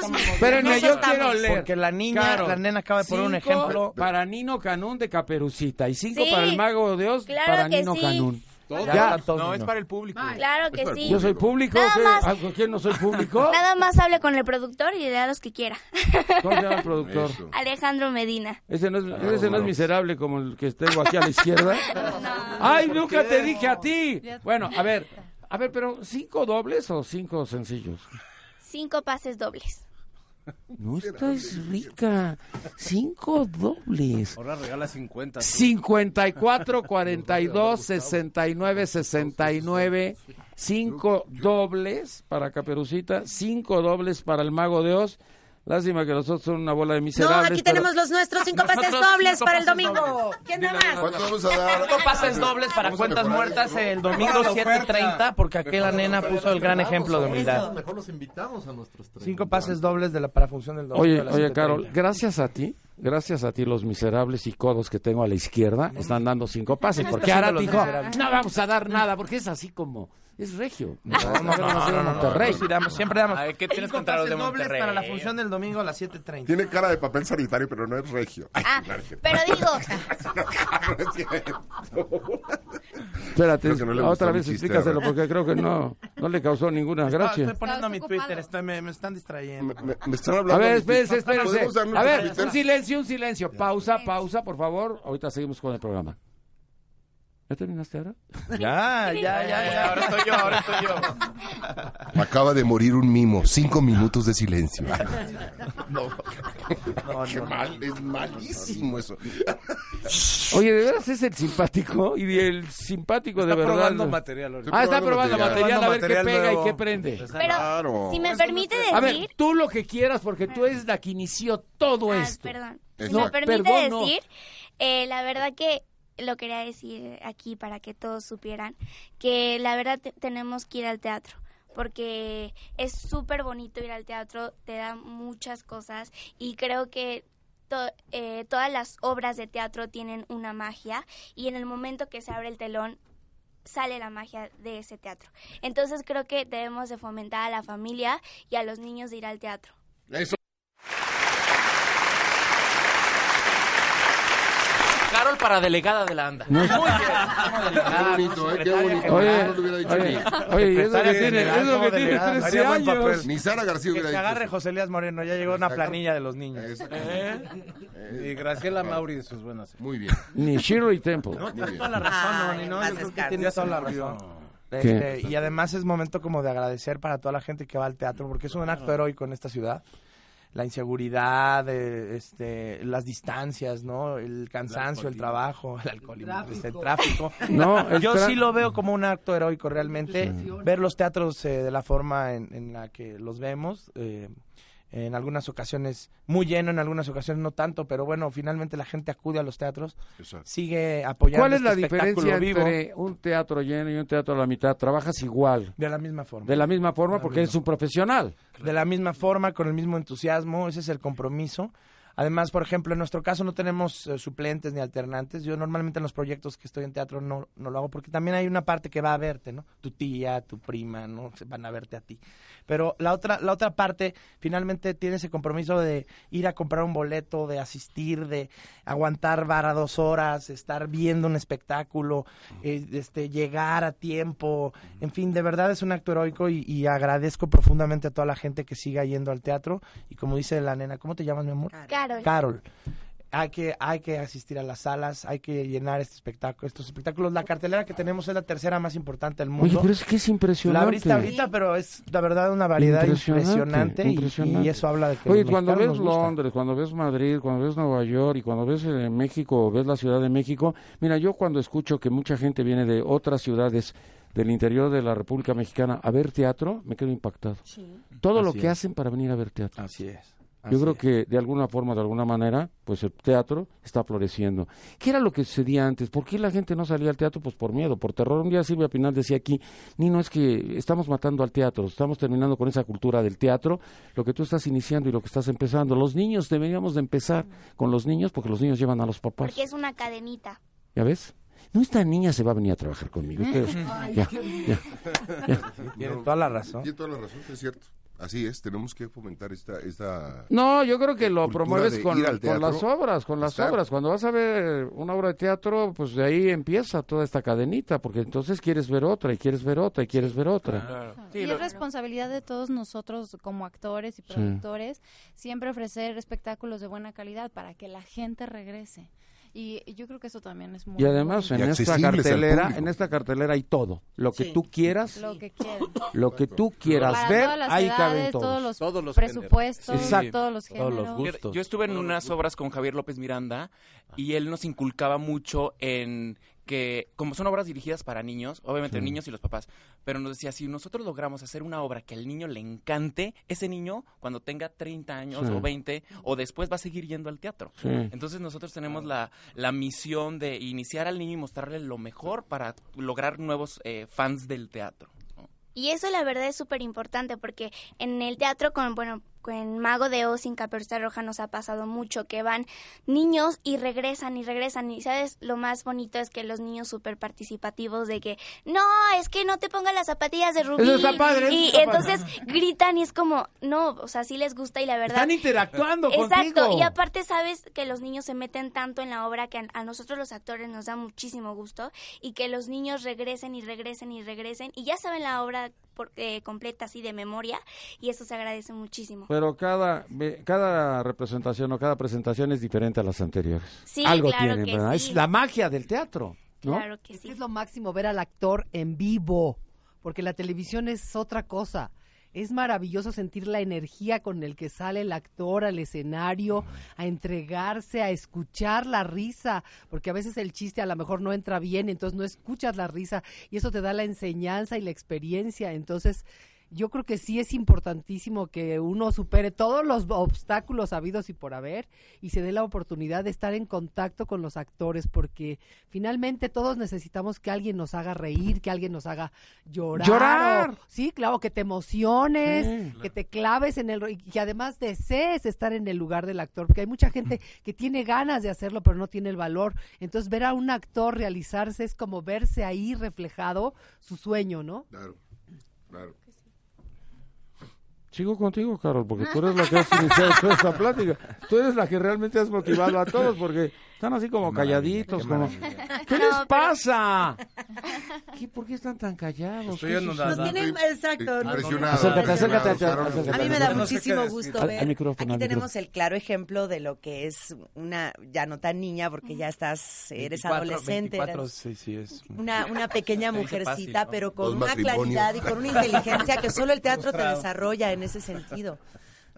Speaker 2: Espérenme, yo quiero leer.
Speaker 7: Porque la niña,
Speaker 2: Claro.
Speaker 7: la nena acaba de poner un
Speaker 2: Cinco
Speaker 7: ejemplo.
Speaker 2: para Nino Canún de Caperucita y cinco
Speaker 8: Sí.
Speaker 2: para el Mago de Dios
Speaker 8: Claro
Speaker 2: para
Speaker 8: que
Speaker 2: Nino
Speaker 8: sí.
Speaker 2: Canún.
Speaker 7: Ya
Speaker 2: Ya.
Speaker 7: está todo,
Speaker 10: No, es
Speaker 7: niño.
Speaker 10: para el público.
Speaker 8: Claro que sí.
Speaker 2: Yo soy público,
Speaker 8: Nada
Speaker 2: ¿qué?
Speaker 8: más.
Speaker 2: ¿A quién no soy público?
Speaker 8: Nada más hable con el productor y le da los que quiera.
Speaker 2: ¿Cómo se llama el productor?
Speaker 4: Eso.
Speaker 8: Alejandro Medina.
Speaker 2: Ese no, es, ese no es miserable como el que tengo aquí a la izquierda. Ay, nunca te dije a ti. Bueno, a ver, a ver, pero cinco dobles o cinco sencillos.
Speaker 8: Cinco pases dobles.
Speaker 2: No estás rica. Cinco dobles.
Speaker 5: Ahora regala 50. tú.
Speaker 2: 54, 42, 69, 69. Cinco dobles para Caperucita. Cinco dobles para el Mago de Oz. Lástima que nosotros son una bola de miserables.
Speaker 6: no, aquí
Speaker 2: pero-
Speaker 6: tenemos los nuestros cinco pases
Speaker 2: Nosotros
Speaker 6: dobles
Speaker 2: cinco
Speaker 6: para el
Speaker 2: pases
Speaker 6: domingo.
Speaker 2: dobles.
Speaker 6: ¿Quién
Speaker 2: Dile
Speaker 6: da
Speaker 2: la
Speaker 6: más?
Speaker 2: verdad.
Speaker 4: ¿Cuánto vamos a dar?
Speaker 6: Cinco pases
Speaker 10: dobles para
Speaker 4: Vamos a
Speaker 10: cuentas
Speaker 4: mejorar
Speaker 10: muertas
Speaker 4: esto.
Speaker 7: el domingo 7.30 porque aquella nena puso el gran ejemplo de humildad.
Speaker 12: Mejor los invitamos a nuestros tres.
Speaker 7: Cinco pases dobles de la, para función del domingo.
Speaker 2: Oye,
Speaker 7: a las
Speaker 2: oye,
Speaker 7: 7:30.
Speaker 2: Carol, gracias a ti, gracias a ti, los miserables y codos que tengo a la izquierda están dando cinco pases. Porque ahora
Speaker 7: Los
Speaker 2: dijo,
Speaker 7: miserables.
Speaker 2: no vamos a dar nada, porque es así como, es regio.
Speaker 7: No, no, no, no, no, no,
Speaker 2: Monterrey.
Speaker 7: no, sí damos, siempre damos.
Speaker 10: A ver, ¿qué tienes
Speaker 7: Cinco
Speaker 10: contra los de
Speaker 7: pases dobles
Speaker 10: Monterrey?
Speaker 7: para la función del domingo a las 7.30.
Speaker 4: Tiene cara de papel sanitario, pero no es regio. Ay,
Speaker 8: Ah,
Speaker 4: claro que no.
Speaker 8: pero digo,
Speaker 4: No es cierto.
Speaker 2: Espérate,
Speaker 4: Creo que no le gustó
Speaker 2: otra
Speaker 4: mi
Speaker 2: vez
Speaker 4: chiste,
Speaker 2: explícaselo,
Speaker 4: ¿verdad?
Speaker 2: porque creo que no, no le causó ninguna
Speaker 7: No,
Speaker 2: gracia.
Speaker 7: estoy poniendo mi
Speaker 9: ocupado.
Speaker 7: Twitter, estoy- me, me están distrayendo.
Speaker 4: Me, me- me están hablando.
Speaker 2: A ver,
Speaker 4: de-
Speaker 2: espérense,
Speaker 4: ¿Podemos
Speaker 2: espérense.
Speaker 4: darnos
Speaker 2: A
Speaker 4: un
Speaker 2: ver,
Speaker 4: Twitter?
Speaker 2: un silencio, un silencio. Pausa, pausa, por favor. Ahorita seguimos con el programa. ¿Ya terminaste ahora?
Speaker 7: Ya, ya, ya, ya.
Speaker 10: Ahora soy yo, ahora soy yo.
Speaker 4: Acaba de morir un mimo. Cinco minutos de silencio.
Speaker 7: No,
Speaker 4: Qué
Speaker 7: no,
Speaker 4: mal, es malísimo eso.
Speaker 2: Oye, ¿de veras es el simpático? Y el simpático
Speaker 5: Está
Speaker 2: de verdad.
Speaker 5: probando material. ahorita.
Speaker 2: Ah, está probando material,
Speaker 7: Probando
Speaker 2: a ver
Speaker 7: material
Speaker 2: qué pega
Speaker 7: nuevo.
Speaker 2: y qué prende.
Speaker 8: pero
Speaker 4: Claro.
Speaker 8: si me permite
Speaker 2: A
Speaker 8: decir,
Speaker 2: ver, tú lo que quieras, porque tú eres la que inició todo
Speaker 8: Ah,
Speaker 2: esto.
Speaker 8: perdón.
Speaker 4: Es
Speaker 8: Si me
Speaker 4: la-
Speaker 8: permite
Speaker 2: Perdón, no.
Speaker 8: decir, eh, la verdad que lo quería decir aquí para que todos supieran, que la verdad te- tenemos que ir al teatro. Porque es súper bonito ir al teatro, te da muchas cosas y creo que to- eh, todas las obras de teatro tienen una magia y en el momento que se abre el telón sale la magia de ese teatro. Entonces creo que debemos de fomentar a la familia y a los niños de ir al teatro.
Speaker 4: Eso.
Speaker 10: Carol para delegada de la ANDA.
Speaker 2: No.
Speaker 10: Muy bien. Como
Speaker 4: Qué
Speaker 10: delegada,
Speaker 4: bonito,
Speaker 10: como
Speaker 4: eh, qué
Speaker 10: secretaria
Speaker 2: Oye,
Speaker 4: bonito. No
Speaker 10: general.
Speaker 4: lo hubiera dicho
Speaker 2: oye,
Speaker 4: ni-
Speaker 2: oye, es lo que
Speaker 7: Secretaria
Speaker 2: tiene,
Speaker 7: general,
Speaker 2: es lo que
Speaker 7: no,
Speaker 2: tiene
Speaker 7: delegada,
Speaker 2: 13
Speaker 7: haría buen papel.
Speaker 2: años.
Speaker 4: Ni Sara García
Speaker 7: Que
Speaker 4: hubiera
Speaker 7: se
Speaker 4: dicho
Speaker 7: agarre
Speaker 4: eso.
Speaker 7: José Elías Moreno, ya llegó una
Speaker 4: Exacto.
Speaker 7: planilla de los niños. ¿Eh?
Speaker 4: Exactamente.
Speaker 5: Y Graciela Mauri en sus buenas.
Speaker 4: Muy bien.
Speaker 2: Ni Shirley Temple.
Speaker 7: No, tienes toda la razón,
Speaker 6: Ay,
Speaker 7: Ronnie, ¿no?
Speaker 6: paz
Speaker 7: Yo creo que
Speaker 6: descanse.
Speaker 7: tienes toda la razón. Este, y además es momento como de agradecer para toda la gente que va al teatro, porque es un acto heroico en esta ciudad. La inseguridad, eh, este, las distancias, ¿no? El cansancio, el, trabajo, el alcoholismo,
Speaker 3: Tráfico.
Speaker 7: el tráfico.
Speaker 2: No, el
Speaker 7: Yo
Speaker 2: tra-
Speaker 7: sí lo veo como un acto heroico, realmente. Ver los teatros eh, de la forma en, en la que los vemos. eh, en algunas ocasiones muy lleno, en algunas ocasiones no tanto, pero bueno, finalmente la gente acude a los teatros,
Speaker 4: Exacto.
Speaker 7: sigue apoyando.
Speaker 2: ¿Cuál es
Speaker 7: este
Speaker 2: la diferencia
Speaker 7: espectáculo vivo
Speaker 2: entre un teatro lleno y un teatro a la mitad? Trabajas igual,
Speaker 7: de la misma forma?
Speaker 2: de la misma forma,
Speaker 7: la
Speaker 2: porque
Speaker 7: misma
Speaker 2: eres un profesional.
Speaker 7: de la misma forma, con el mismo entusiasmo, ese es el compromiso. Además, por ejemplo, en nuestro caso no tenemos eh, suplentes ni alternantes. Yo normalmente en los proyectos que estoy en teatro no, no lo hago porque también hay una parte que va a verte, ¿no? Tu tía, tu prima, ¿no? Se van a verte a ti. Pero la otra, la otra parte finalmente tiene ese compromiso de ir a comprar un boleto, de asistir, de aguantar vara dos horas, estar viendo un espectáculo, eh, este, llegar a tiempo. En fin, de verdad es un acto heroico y, y agradezco profundamente a toda la gente que siga yendo al teatro. Y como dice la nena, ¿cómo te llamas, mi amor?
Speaker 8: Carol.
Speaker 7: Carol. Hay que, hay que asistir a las salas, hay que llenar este espectáculo, estos espectáculos. La cartelera que tenemos es la tercera más importante del
Speaker 2: Oye,
Speaker 7: mundo.
Speaker 2: pero es que es
Speaker 7: La
Speaker 2: impresionante.
Speaker 7: abriste ahorita, pero es la verdad una variedad
Speaker 2: Impresionante,
Speaker 7: impresionante, y-
Speaker 2: impresionante.
Speaker 7: Y, eso habla de que
Speaker 2: Oye,
Speaker 7: los
Speaker 2: cuando
Speaker 7: mexicanos
Speaker 2: ves
Speaker 7: nos gusta.
Speaker 2: Londres, cuando ves Madrid, cuando ves Nueva York y cuando ves eh, México, ves la Ciudad de México, mira, yo cuando escucho que mucha gente viene de otras ciudades del interior de la República Mexicana a ver teatro, me quedo impactado. Todo lo
Speaker 7: Así
Speaker 2: que
Speaker 7: es.
Speaker 2: hacen para venir a ver teatro.
Speaker 7: Así es.
Speaker 2: Yo creo que de alguna forma, de alguna manera, pues el teatro está floreciendo. ¿Qué era lo que sucedía antes? ¿Por qué la gente no salía al teatro? Pues por miedo, por terror. Un día Silvia Pinal decía aquí, Nino, es que estamos matando al teatro, estamos terminando con esa cultura del teatro, lo que tú estás iniciando y lo que estás empezando. Los niños, deberíamos de empezar con los niños porque los niños llevan a los papás.
Speaker 8: Porque es una cadenita.
Speaker 2: ¿Ya ves? No, esta niña se va a venir a trabajar
Speaker 7: ¿Eh?
Speaker 2: conmigo. Ustedes- ya, ya.
Speaker 7: Tiene toda la razón.
Speaker 4: Tiene toda la razón, es cierto. Así es, tenemos que fomentar esta... esta...
Speaker 2: No, yo creo que lo
Speaker 4: Cultura
Speaker 2: promueves
Speaker 4: de
Speaker 2: con,
Speaker 4: ir al
Speaker 2: con las
Speaker 4: teatro.
Speaker 2: obras, con las
Speaker 4: Exacto.
Speaker 2: obras. Cuando vas a ver una obra de teatro, pues de ahí empieza toda esta cadenita, porque entonces quieres ver otra y quieres ver otra y quieres ver otra.
Speaker 9: y es responsabilidad de todos nosotros como actores y productores siempre ofrecer espectáculos de buena calidad para que la gente regrese. Y yo creo que eso también es muy
Speaker 2: Y además en
Speaker 9: bueno.
Speaker 2: esta cartelera, en esta cartelera hay todo, lo que
Speaker 9: Sí.
Speaker 2: tú quieras,
Speaker 9: Lo que quieras.
Speaker 2: lo que tú quieras
Speaker 9: Para
Speaker 2: ver,
Speaker 9: todas las
Speaker 2: ahí
Speaker 9: edades,
Speaker 2: caben
Speaker 9: todos
Speaker 2: todos.
Speaker 9: los, presupuestos, todos los géneros.
Speaker 10: Yo estuve en unas obras con Javier López Miranda y él nos inculcaba mucho en que, como son obras dirigidas para niños, obviamente
Speaker 2: Sí.
Speaker 10: niños y los papás, pero nos decía, si nosotros logramos hacer una obra que al niño le encante, ese niño cuando tenga 30 años
Speaker 2: Sí.
Speaker 10: o 20 o después va a seguir yendo al teatro.
Speaker 2: Sí.
Speaker 10: Entonces nosotros tenemos la, la misión de iniciar al niño y mostrarle lo mejor para lograr nuevos eh, fans del teatro.
Speaker 8: Y eso la verdad es súper importante porque en el teatro con, bueno, con Mago de Oz sin Caperucita Roja nos ha pasado mucho que van niños y regresan y regresan y sabes lo más bonito es que los niños súper participativos de que no es que no te pongas las zapatillas de rubí
Speaker 13: Eso está padre, eso
Speaker 8: y
Speaker 13: está
Speaker 8: entonces gritan y es como no o sea sí les gusta y la verdad
Speaker 13: Están interactuando
Speaker 8: exacto
Speaker 13: contigo.
Speaker 8: y aparte sabes que los niños se meten tanto en la obra que a, a nosotros los actores nos da muchísimo gusto y que los niños regresen y regresen y regresen y ya saben la obra por- eh, completa así de memoria y eso se agradece muchísimo.
Speaker 2: Pero cada, ve- cada representación o cada presentación es diferente a las anteriores.
Speaker 8: Sí,
Speaker 2: Algo
Speaker 8: claro
Speaker 2: tienen,
Speaker 8: que
Speaker 2: ¿verdad?
Speaker 8: sí.
Speaker 2: Es la magia del teatro, ¿no?
Speaker 8: Claro que
Speaker 3: Es que es lo máximo ver al actor en vivo, porque la televisión es otra cosa. Es maravilloso sentir la energía con el que sale el actor al escenario, a entregarse, a escuchar la risa, porque a veces el chiste a lo mejor no entra bien, entonces no escuchas la risa y eso te da la enseñanza y la experiencia. Entonces, yo creo que sí es importantísimo que uno supere todos los obstáculos habidos y por haber y se dé la oportunidad de estar en contacto con los actores porque finalmente todos necesitamos que alguien nos haga reír, que alguien nos haga llorar.
Speaker 13: ¡Llorar!
Speaker 3: o- sí, claro, que te emociones,
Speaker 13: Sí,
Speaker 3: que te claves en el... ro- y que además desees estar en el lugar del actor porque hay mucha gente que tiene ganas de hacerlo pero no tiene el valor. Entonces ver a un actor realizarse es como verse ahí reflejado su sueño, ¿no?
Speaker 4: Claro, claro.
Speaker 2: Sigo contigo, Carol, porque tú eres la que has iniciado toda esta plática. Tú eres la que realmente has motivado a todos, porque están así como calladitos, como... ¿Qué les pasa? ¿Qué, ¿Por qué están tan callados?
Speaker 5: Estoy
Speaker 2: ¿Qué es eso?
Speaker 5: anonadado. Nos tienen-
Speaker 6: Pues exacto,
Speaker 5: Impresionado.
Speaker 2: Acércate, acércate,
Speaker 5: Impresionado.
Speaker 2: acércate,
Speaker 6: A mí me
Speaker 2: acércate.
Speaker 6: da muchísimo gusto
Speaker 2: Al-
Speaker 6: ver.
Speaker 2: al micrófono,
Speaker 6: Aquí
Speaker 2: al
Speaker 6: tenemos
Speaker 2: micrófono.
Speaker 6: el claro ejemplo de lo que es una, ya no tan niña, porque ya estás, eres
Speaker 14: 24,
Speaker 6: adolescente.
Speaker 14: 24,
Speaker 6: eras
Speaker 14: sí, sí, es.
Speaker 6: Una, una pequeña
Speaker 14: Se dice fácil,
Speaker 6: mujercita,
Speaker 14: ¿no?
Speaker 6: pero con
Speaker 14: Dos
Speaker 6: una
Speaker 14: matrimonios.
Speaker 6: claridad y con una inteligencia que solo el teatro te
Speaker 14: Frustrado.
Speaker 6: desarrolla en ese sentido.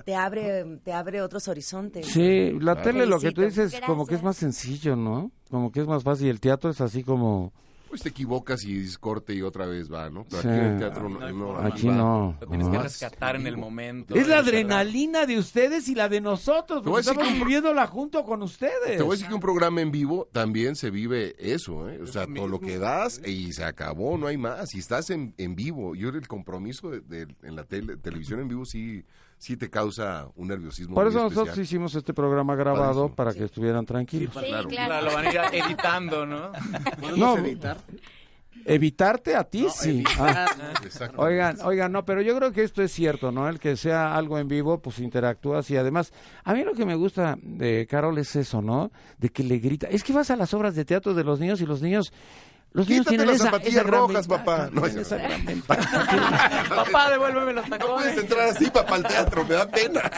Speaker 6: Te abre, te abre otros horizontes.
Speaker 2: Sí, la
Speaker 6: Te
Speaker 2: tele lo que tú
Speaker 6: felicito.
Speaker 2: dices como que es más sencillo, ¿no? Como que es más fácil. El teatro es así como...
Speaker 4: Pues te equivocas y dices corte y otra vez va, ¿no? Pero
Speaker 2: Sí.
Speaker 4: aquí en el teatro no.
Speaker 2: Aquí
Speaker 4: no,
Speaker 2: no,
Speaker 4: va.
Speaker 2: no.
Speaker 4: Lo
Speaker 10: Tienes que
Speaker 4: más
Speaker 10: rescatar en el
Speaker 4: vivo.
Speaker 10: momento.
Speaker 14: Es la adrenalina de ustedes y la de nosotros,
Speaker 4: Te voy a
Speaker 14: porque
Speaker 4: decir
Speaker 14: estamos
Speaker 4: que un-
Speaker 14: viviéndola junto con ustedes.
Speaker 4: Te voy a decir que un programa en vivo también se vive eso, ¿eh? O sea, todo lo que das y se acabó, no hay más. Y estás en, en vivo. Yo el compromiso de, de- en la tele- televisión en vivo sí, sí te causa un nerviosismo.
Speaker 2: Por
Speaker 4: muy
Speaker 2: eso nosotros
Speaker 4: especial.
Speaker 2: hicimos este programa grabado
Speaker 4: Padrísimo.
Speaker 2: para que estuvieran tranquilos.
Speaker 4: Sí, claro. Sí,
Speaker 10: Claro, lo van a ir editando, ¿no?
Speaker 2: No, Evitarte a ti, sí. Ah.
Speaker 10: evitar, ¿no?
Speaker 4: Exacto.
Speaker 2: Oigan, oigan, no, pero yo creo que esto es cierto, ¿no? El que sea algo en vivo, pues interactúas y además, a mí lo que me gusta de Carol es eso, ¿no? De que le grita. Es que vas a las obras de teatro de los niños y los niños. Los niños
Speaker 4: Quítate
Speaker 2: tienen
Speaker 4: las
Speaker 2: esa-
Speaker 4: zapatillas
Speaker 2: esa gran
Speaker 4: rojas,
Speaker 2: ventaja,
Speaker 4: papá. No,
Speaker 2: tienen
Speaker 4: ya.
Speaker 2: esa gran ventaja.
Speaker 10: Papá, devuélveme los tacones.
Speaker 4: No puedes entrar así, papá, al teatro, me da pena.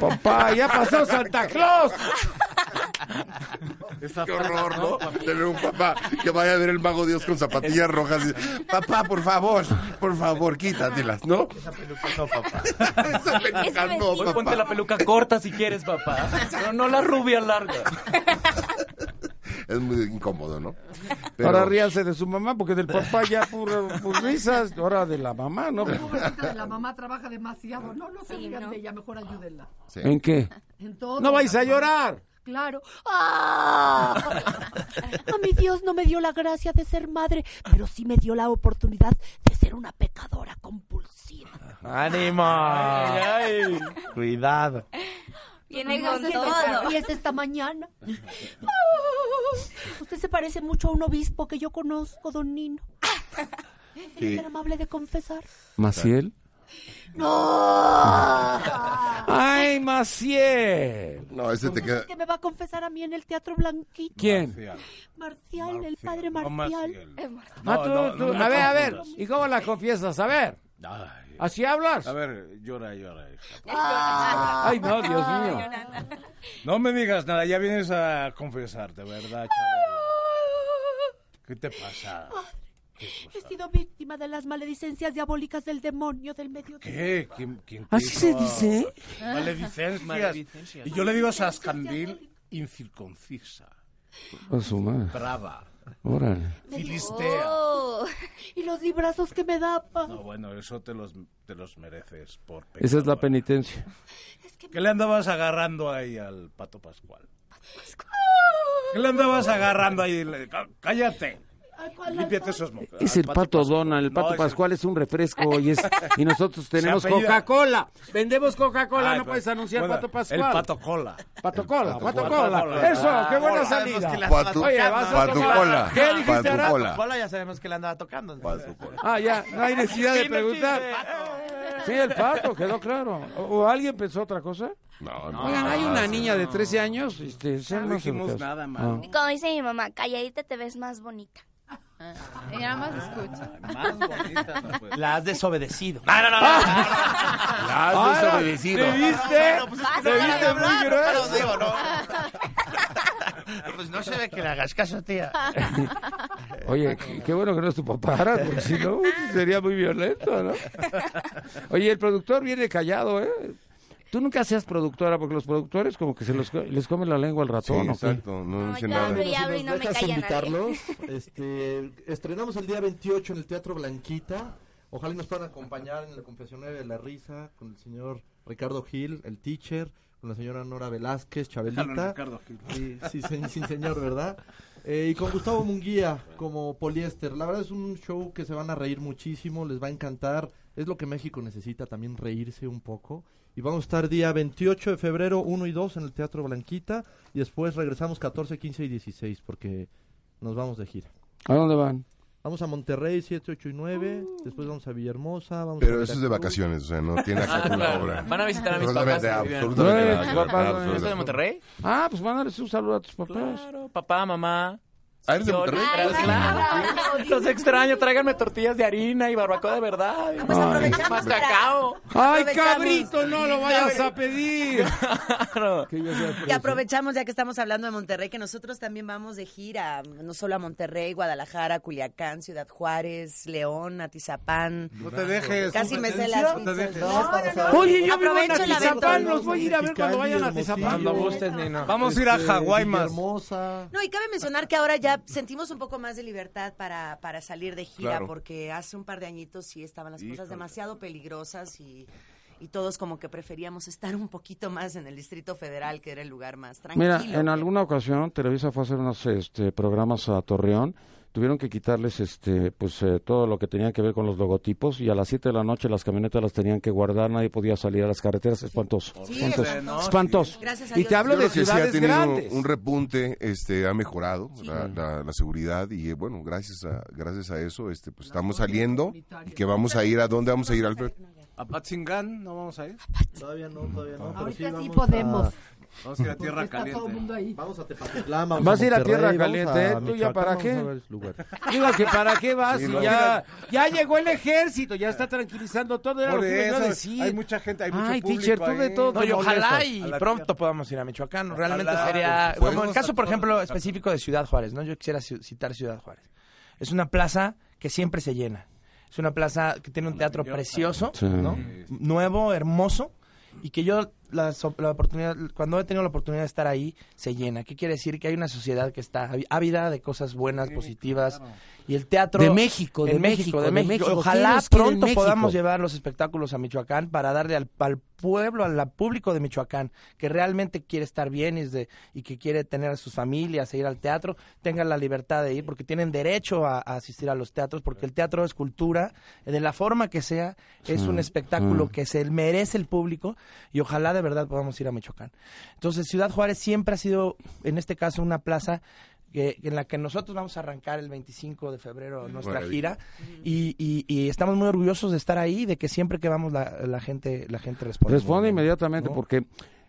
Speaker 2: Papá, ya pasó Santa Claus.
Speaker 4: Qué horror, ¿no? Tener un papá que vaya a ver el mago Dios con zapatillas rojas. y, Papá, por favor, por favor, quítatelas, ¿no?
Speaker 10: No, papá.
Speaker 4: Esa peluca no,
Speaker 10: Hoy
Speaker 4: papá.
Speaker 10: ponte la peluca corta si quieres, papá. Pero no la rubia larga.
Speaker 4: Es muy incómodo, ¿no? Pero-
Speaker 2: Ahora ríanse de su mamá, porque del papá ya puro, puro risas, ahora de la mamá, ¿no?
Speaker 3: Pobrecita de la mamá trabaja demasiado. No, no se digan de ella, mejor ayúdenla.
Speaker 2: ¿En qué?
Speaker 3: En todo.
Speaker 2: ¡No vais a llorar!
Speaker 3: Claro. ¡Ah! A mi Dios no me dio la gracia de ser madre, pero sí me dio la oportunidad de ser una pecadora compulsiva.
Speaker 7: ¡Ánimo! Cuidado.
Speaker 3: Viene
Speaker 13: con todo.
Speaker 3: Y es esta mañana. Ah, Usted se parece mucho a un obispo que yo conozco, don Nino.
Speaker 2: Sí.
Speaker 3: ¿Sería tan amable de confesar?
Speaker 2: ¿Maciel?
Speaker 3: ¡No!
Speaker 2: ¡Ay, Maciel!
Speaker 4: No, ese te queda.
Speaker 3: que me va a confesar a mí en el Teatro Blanquito.
Speaker 2: ¿Quién?
Speaker 3: Marcial, el padre
Speaker 2: no
Speaker 3: Marcial.
Speaker 13: Eh,
Speaker 2: Marcial. Ah, tú, tú, a ver, a ver. ¿Y cómo la confiesas? A ver. ¿Así hablas?
Speaker 5: A ver, llora, llora. hija.
Speaker 2: Ah. Ay, no, Dios
Speaker 5: Ay,
Speaker 2: mío.
Speaker 5: No me digas nada, ya vienes a confesarte, ¿verdad, Chabelo? ¿Qué te pasa?
Speaker 13: He sido víctima de las maledicencias diabólicas del demonio del medio.
Speaker 5: ¿Qué? ¿Quién, quién
Speaker 2: ¿Ah,
Speaker 5: te
Speaker 13: ¿Así
Speaker 5: hizo?
Speaker 13: se dice?
Speaker 5: Maledicencias.
Speaker 13: Maledicencias.
Speaker 5: Y yo le digo a Sascandil, incircuncisa,
Speaker 2: A Oh, su madre.
Speaker 5: brava,
Speaker 2: Órale.
Speaker 5: filistea.
Speaker 3: Oh.
Speaker 13: Y los librazos que me daba.
Speaker 5: No, bueno, eso te los, te los mereces por pecado.
Speaker 2: Esa es la penitencia.
Speaker 5: Ah, ¿Qué le andabas agarrando ahí al Pato Pascual? ¿Qué le andabas agarrando ahí? Le- cá- Cállate. Límpiate esos mocos.
Speaker 2: Es
Speaker 5: Al
Speaker 2: el pato Donald, el
Speaker 5: No,
Speaker 2: pato
Speaker 5: es el-
Speaker 2: Pascual es un refresco y, es, y nosotros
Speaker 5: Se
Speaker 2: tenemos
Speaker 5: apellida-
Speaker 2: Coca-Cola. Vendemos Coca-Cola,
Speaker 5: Ay,
Speaker 2: no
Speaker 5: pero-
Speaker 2: puedes anunciar
Speaker 5: bueno,
Speaker 2: pato Pascual.
Speaker 5: El Pato Cola.
Speaker 2: Pato Cola,
Speaker 5: Pato
Speaker 2: Pato
Speaker 5: Cola.
Speaker 2: Cola. Eso, qué buena salida.
Speaker 7: Patu-
Speaker 2: Oye, vas a tomar-
Speaker 7: Patucola.
Speaker 2: ¿Qué dijiste ahora?
Speaker 7: Patucola ya sabemos que le andaba tocando.
Speaker 2: Ah, ya, no hay necesidad de
Speaker 7: Fin del
Speaker 2: preguntar. Sí, el pato, quedó claro. ¿O, o alguien pensó otra cosa?
Speaker 4: No,
Speaker 2: no. Oigan, hay una niña de 13 años. Este, ese
Speaker 5: No
Speaker 2: es el
Speaker 5: dijimos
Speaker 2: caso.
Speaker 5: nada, mano.
Speaker 8: Y Como dice mi mamá, calladita te ves más bonita.
Speaker 9: Ah, Y nada más escucha.
Speaker 7: La has desobedecido.
Speaker 11: pues. No, no, no. Ah.
Speaker 4: La has
Speaker 11: Ahora,
Speaker 4: desobedecido.
Speaker 11: ¿te viste? No, no, no, pues es que ¿Te no viste quería muy hablar, grueso? pero digo,
Speaker 7: Pues no se ve que le hagas caso, tía.
Speaker 2: Oye, qué- qué bueno que no es tu papá, Ara, porque si no, sería muy violento, ¿no? Oye, el productor viene callado, ¿eh? Tú nunca seas productora, porque los productores como que se los, co- les come la lengua al
Speaker 4: Sí,
Speaker 2: ratón, ¿o qué?
Speaker 4: exacto, no dice nada.
Speaker 8: hablo y hablo y no me
Speaker 12: dejas
Speaker 8: calla nadie.
Speaker 12: invitarlos, este, estrenamos el día 28 en el Teatro Blanquita. Ojalá y nos puedan acompañar en el confesionario de la risa con el señor Ricardo Gil, el teacher, con la señora Nora Velázquez,
Speaker 5: Déjalo en
Speaker 12: Chabelita.
Speaker 5: Ricardo Gil.
Speaker 12: Sí, sí, sen- sin señor, ¿verdad? Eh, y con Gustavo Munguía como poliéster. La verdad es un show que se van a reír muchísimo, les va a encantar. Es lo que México necesita, también reírse un poco. Y vamos a estar día 28 de febrero, 1 y 2 en el Teatro Blanquita. Y después regresamos 14, 15 y 16 porque nos vamos de gira.
Speaker 2: ¿A dónde van?
Speaker 12: Vamos a Monterrey 7, 8 y 9.
Speaker 10: Uh.
Speaker 12: Después vamos a Villahermosa. Vamos
Speaker 4: Pero
Speaker 12: a Ah,
Speaker 4: eso es de
Speaker 12: Veracruz.
Speaker 4: vacaciones, o sea, no tiene que ver con la obra.
Speaker 10: Van a visitar a mis
Speaker 4: Absolutamente,
Speaker 10: papás que viven-
Speaker 4: absolutamente
Speaker 10: Ay,
Speaker 4: nada que
Speaker 10: tus
Speaker 4: ver,
Speaker 10: papás,
Speaker 4: nada,
Speaker 10: ¿estás Ah, de
Speaker 4: absolutamente.
Speaker 10: Monterrey?
Speaker 2: Ah, pues mándales un saludo a tus papás.
Speaker 10: Claro, papá, mamá.
Speaker 4: Ah, eres de
Speaker 10: Yo-
Speaker 4: Monterrey.
Speaker 10: Claro, claro. Los extraño, tráiganme tortillas de harina y barbacoa de verdad.
Speaker 2: Pues aprovechamos
Speaker 10: Más
Speaker 2: para-
Speaker 10: cacao.
Speaker 2: ¡Ay,
Speaker 10: Aprovechamos.
Speaker 2: cabrito, no lo vayas a pedir! Que yo sea
Speaker 6: Y
Speaker 2: preso.
Speaker 6: aprovechamos, ya que estamos hablando de Monterrey, que nosotros también vamos de gira, no solo a Monterrey, Guadalajara, Culiacán, Ciudad Juárez, León, Atizapán.
Speaker 5: No te dejes.
Speaker 6: Casi me sé las
Speaker 5: No te dejes.
Speaker 6: fichas. No, no, no.
Speaker 2: Oye, yo vivo en
Speaker 6: Aprovecho la
Speaker 2: Atizapán,
Speaker 6: venta.
Speaker 2: los voy a ir a ver cuando vayan a Atizapán.
Speaker 12: Cuando
Speaker 2: gusten,
Speaker 5: Vamos a ir a Hawái más.
Speaker 12: Este, Hermosa.
Speaker 6: No, y cabe mencionar que ahora ya sentimos un poco más de libertad para, para salir de gira,
Speaker 4: Claro.
Speaker 6: porque hace un par de añitos sí estaban las
Speaker 4: Híjole.
Speaker 6: cosas demasiado peligrosas y, y todos como que preferíamos estar un poquito más en el Distrito Federal, que era el lugar más tranquilo. pues.
Speaker 2: Mira, en alguna ocasión Televisa fue a hacer unos este, programas a Torreón. Tuvieron que quitarles este, pues, eh, todo lo que tenía que ver con los logotipos y a las 7 de la noche las camionetas las tenían que guardar, nadie podía salir a las carreteras. Espantoso.
Speaker 6: Sí,
Speaker 2: espantoso.
Speaker 6: espantoso.
Speaker 2: espantoso.
Speaker 6: Gracias a
Speaker 2: y
Speaker 6: Dios.
Speaker 2: te hablo
Speaker 6: Yo
Speaker 2: de
Speaker 4: Creo que sí ha
Speaker 2: ciudades
Speaker 4: tenido
Speaker 2: grandes.
Speaker 4: un repunte, este, ha mejorado la, la- la seguridad y eh, bueno, gracias a, gracias a eso, este, pues estamos saliendo y que vamos a ir, ¿a dónde vamos a ir, Alfred?
Speaker 5: ¿A Patzingán no vamos a ir?
Speaker 12: Todavía no, todavía no. pero
Speaker 3: Ahorita sí,
Speaker 12: vamos
Speaker 3: podemos.
Speaker 12: a-
Speaker 5: Vamos a ir a Tierra
Speaker 3: Está todo el
Speaker 5: Caliente.
Speaker 3: mundo ahí.
Speaker 12: Vamos a Tepatitlán, vamos
Speaker 2: Vas a ir a
Speaker 12: Monterrey,
Speaker 2: Tierra
Speaker 12: vamos
Speaker 2: Caliente,
Speaker 12: a
Speaker 2: ¿eh? ¿Tú ya
Speaker 12: Michoacán,
Speaker 2: para
Speaker 12: vamos
Speaker 2: qué?
Speaker 12: a varios lugares.
Speaker 2: Digo que para qué vas
Speaker 4: Sí,
Speaker 2: si
Speaker 4: no.
Speaker 2: ya, ya llegó el ejército, ya está tranquilizando todo. Era
Speaker 5: Por
Speaker 2: lo que iba a
Speaker 5: eso,
Speaker 2: decir.
Speaker 5: hay mucha gente, hay mucho
Speaker 2: Ay,
Speaker 5: público
Speaker 2: teacher, tú de
Speaker 5: ahí.
Speaker 2: todo.
Speaker 7: No,
Speaker 2: te
Speaker 7: y ojalá
Speaker 2: molestas.
Speaker 7: y
Speaker 5: A la
Speaker 7: pronto podamos ir a Michoacán. Realmente
Speaker 5: Ojalá.
Speaker 7: sería,
Speaker 4: Pues,
Speaker 7: como el
Speaker 5: podemos
Speaker 7: caso, por
Speaker 5: hacer
Speaker 7: ejemplo,
Speaker 5: todo.
Speaker 7: específico de Ciudad Juárez, ¿no? Yo quisiera ci- citar Ciudad Juárez. Es una plaza que siempre se llena. Es una plaza que tiene un teatro precioso,
Speaker 2: Sí.
Speaker 7: ¿no? Nuevo, hermoso, y que yo la, so- la oportunidad, cuando he tenido la oportunidad de estar ahí, se llena. ¿Qué quiere decir? Que hay una sociedad que está ávi- ávida de cosas buenas, positivas, y el teatro...
Speaker 14: De México, de
Speaker 7: en
Speaker 14: México,
Speaker 7: de
Speaker 14: de
Speaker 7: México.
Speaker 14: México. ¿Quién
Speaker 7: Ojalá
Speaker 14: nos quiere en
Speaker 7: pronto podamos
Speaker 14: México?
Speaker 7: llevar los espectáculos a Michoacán para darle al, al pueblo, al público de Michoacán, que realmente quiere estar bien y, es de- y que quiere tener a sus familias e ir al teatro, tengan la libertad de ir, porque tienen derecho a, a asistir a los teatros, porque el teatro es cultura, de la forma que sea, es
Speaker 2: Sí,
Speaker 7: un espectáculo
Speaker 2: sí.
Speaker 7: que se merece el público y ojalá de verdad podamos ir a Michoacán. Entonces, Ciudad Juárez siempre ha sido, en este caso, una plaza que- en la que nosotros vamos a arrancar el 25 de febrero nuestra gira
Speaker 4: Maravilla.
Speaker 7: y, y- y estamos muy orgullosos de estar ahí, de que siempre que vamos la, la gente la gente responde.
Speaker 2: Responde
Speaker 7: muy bien,
Speaker 2: inmediatamente
Speaker 7: ¿no?
Speaker 2: porque